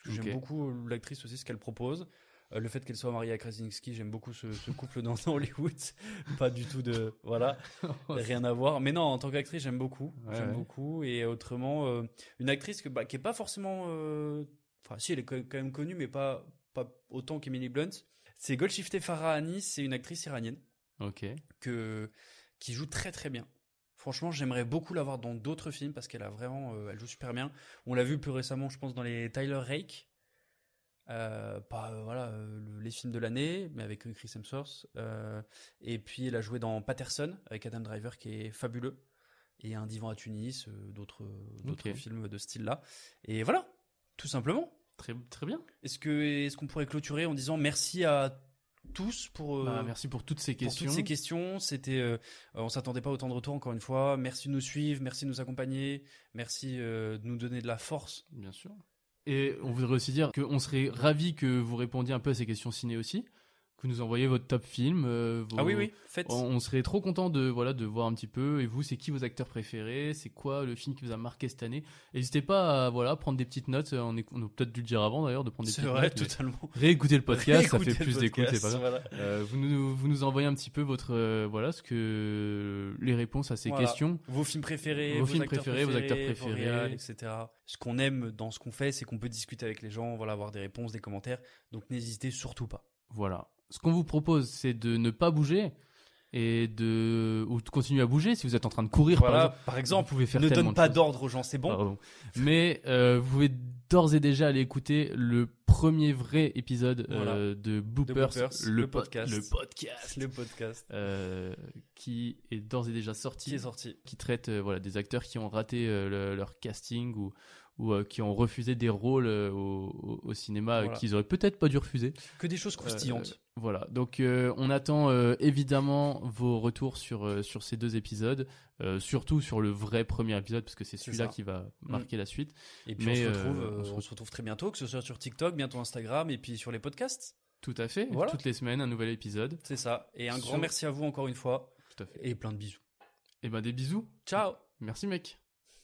[SPEAKER 7] Parce que
[SPEAKER 6] Ok.
[SPEAKER 7] J'aime beaucoup euh, l'actrice aussi, ce qu'elle propose. Euh, le fait qu'elle soit mariée à Krasinski, j'aime beaucoup ce, ce couple dans dans Hollywood. *laughs* Pas du tout de. Voilà. rien à voir. Mais non, en tant qu'actrice, j'aime beaucoup.
[SPEAKER 6] Ouais,
[SPEAKER 7] j'aime
[SPEAKER 6] ouais.
[SPEAKER 7] beaucoup. Et autrement, euh, une actrice que, bah, qui est pas forcément. euh, Enfin, si, elle est quand quand même connue, mais pas, pas autant qu'Emily Blunt. C'est Golshifteh Farahani, c'est une actrice iranienne
[SPEAKER 6] *laughs* ok,
[SPEAKER 7] que, qui joue très très bien. Franchement, j'aimerais beaucoup la voir dans d'autres films parce qu'elle a vraiment, euh, elle joue super bien. On l'a vu plus récemment, je pense, dans les Tyler Rake, Euh, pas euh, voilà euh, le- les films de l'année, mais avec euh, Chris Hemsworth. Euh, et puis elle a joué dans Patterson avec Adam Driver, qui est fabuleux, et Un divan à Tunis, euh, d'autres euh, d'autres
[SPEAKER 6] Ok.
[SPEAKER 7] films de ce style-là. Et voilà, tout simplement.
[SPEAKER 6] très, très bien.
[SPEAKER 7] Est-ce que est-ce qu'on pourrait clôturer en disant merci à tous pour euh,
[SPEAKER 6] Bah, merci pour toutes ces
[SPEAKER 7] pour
[SPEAKER 6] questions.
[SPEAKER 7] toutes ces questions. C'était, euh, euh, on s'attendait pas à autant de retours encore une fois. Merci de nous suivre, merci de nous accompagner, merci euh, de nous donner de la force.
[SPEAKER 6] Bien sûr. Et on voudrait aussi dire qu'on serait ravis que vous répondiez un peu à ces questions ciné aussi, que nous envoyiez votre top film. euh, vos-
[SPEAKER 7] Ah oui oui, faites.
[SPEAKER 6] On, on serait trop content de voilà de voir un petit peu. Et vous, c'est qui vos acteurs préférés C'est quoi le film qui vous a marqué cette année N'hésitez pas à voilà prendre des petites notes. euh, On, est, on a peut-être dû le dire avant d'ailleurs de prendre des
[SPEAKER 7] C'est
[SPEAKER 6] petites
[SPEAKER 7] vrai,
[SPEAKER 6] notes. mais
[SPEAKER 7] totalement.
[SPEAKER 6] Réécoutez le podcast, ça
[SPEAKER 7] Écoutez
[SPEAKER 6] fait
[SPEAKER 7] le
[SPEAKER 6] plus d'écoute, c'est
[SPEAKER 7] podcast,
[SPEAKER 6] pas grave.
[SPEAKER 7] voilà.
[SPEAKER 6] Euh, vous nous vous nous envoyez un petit peu votre euh, voilà ce que les réponses à ces
[SPEAKER 7] Voilà.
[SPEAKER 6] questions.
[SPEAKER 7] Vos films préférés,
[SPEAKER 6] Vos films
[SPEAKER 7] acteurs
[SPEAKER 6] préférés, vos acteurs
[SPEAKER 7] vos
[SPEAKER 6] préférés.
[SPEAKER 7] réals, etc. Ce qu'on aime dans ce qu'on fait, c'est qu'on peut discuter avec les gens, voilà, avoir des réponses, des commentaires. Donc n'hésitez surtout pas.
[SPEAKER 6] Voilà. Ce qu'on vous propose, c'est de ne pas bouger et de ou de continuer à bouger si vous êtes en train de courir. par
[SPEAKER 7] Voilà,
[SPEAKER 6] exemple.
[SPEAKER 7] par exemple,
[SPEAKER 6] vous pouvez faire
[SPEAKER 7] ne
[SPEAKER 6] tellement
[SPEAKER 7] donne
[SPEAKER 6] de
[SPEAKER 7] pas
[SPEAKER 6] choses.
[SPEAKER 7] d'ordre aux gens, c'est bon.
[SPEAKER 6] Pardon. Mais euh, vous pouvez d'ores et déjà aller écouter le premier vrai épisode euh, de Bloopers,
[SPEAKER 7] Bloopers,
[SPEAKER 6] le,
[SPEAKER 7] le
[SPEAKER 6] po-
[SPEAKER 7] podcast.
[SPEAKER 6] le podcast,
[SPEAKER 7] Le podcast
[SPEAKER 6] euh, qui est d'ores et déjà sorti,
[SPEAKER 7] qui est sorti.
[SPEAKER 6] qui traite euh, voilà, des acteurs qui ont raté euh, le- leur casting ou, ou euh, qui ont refusé des rôles euh, au, au- au cinéma euh,
[SPEAKER 7] Voilà.
[SPEAKER 6] qu'ils auraient peut-être pas dû refuser.
[SPEAKER 7] Que des choses croustillantes.
[SPEAKER 6] Euh, voilà, donc euh, on attend euh, évidemment vos retours sur, euh, sur ces deux épisodes, euh, surtout sur le vrai premier épisode, parce que c'est
[SPEAKER 7] C'est
[SPEAKER 6] celui-là
[SPEAKER 7] ça. Mm.
[SPEAKER 6] qui va marquer la suite.
[SPEAKER 7] et puis
[SPEAKER 6] mais,
[SPEAKER 7] on, se retrouve,
[SPEAKER 6] euh, on
[SPEAKER 7] euh,
[SPEAKER 6] se
[SPEAKER 7] on se retrouve très bientôt, que ce soit sur TikTok, bientôt Instagram et puis sur les podcasts.
[SPEAKER 6] Tout à fait,
[SPEAKER 7] Voilà.
[SPEAKER 6] toutes les semaines, un nouvel épisode.
[SPEAKER 7] C'est ça. Et un grand
[SPEAKER 6] Sur-
[SPEAKER 7] merci à vous encore une fois.
[SPEAKER 6] Tout à fait.
[SPEAKER 7] Et plein de bisous.
[SPEAKER 6] Et ben des bisous.
[SPEAKER 7] Ciao
[SPEAKER 6] Merci mec.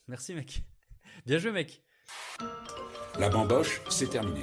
[SPEAKER 7] Merci mec. *laughs* Bien joué mec.
[SPEAKER 3] La bamboche, c'est terminé.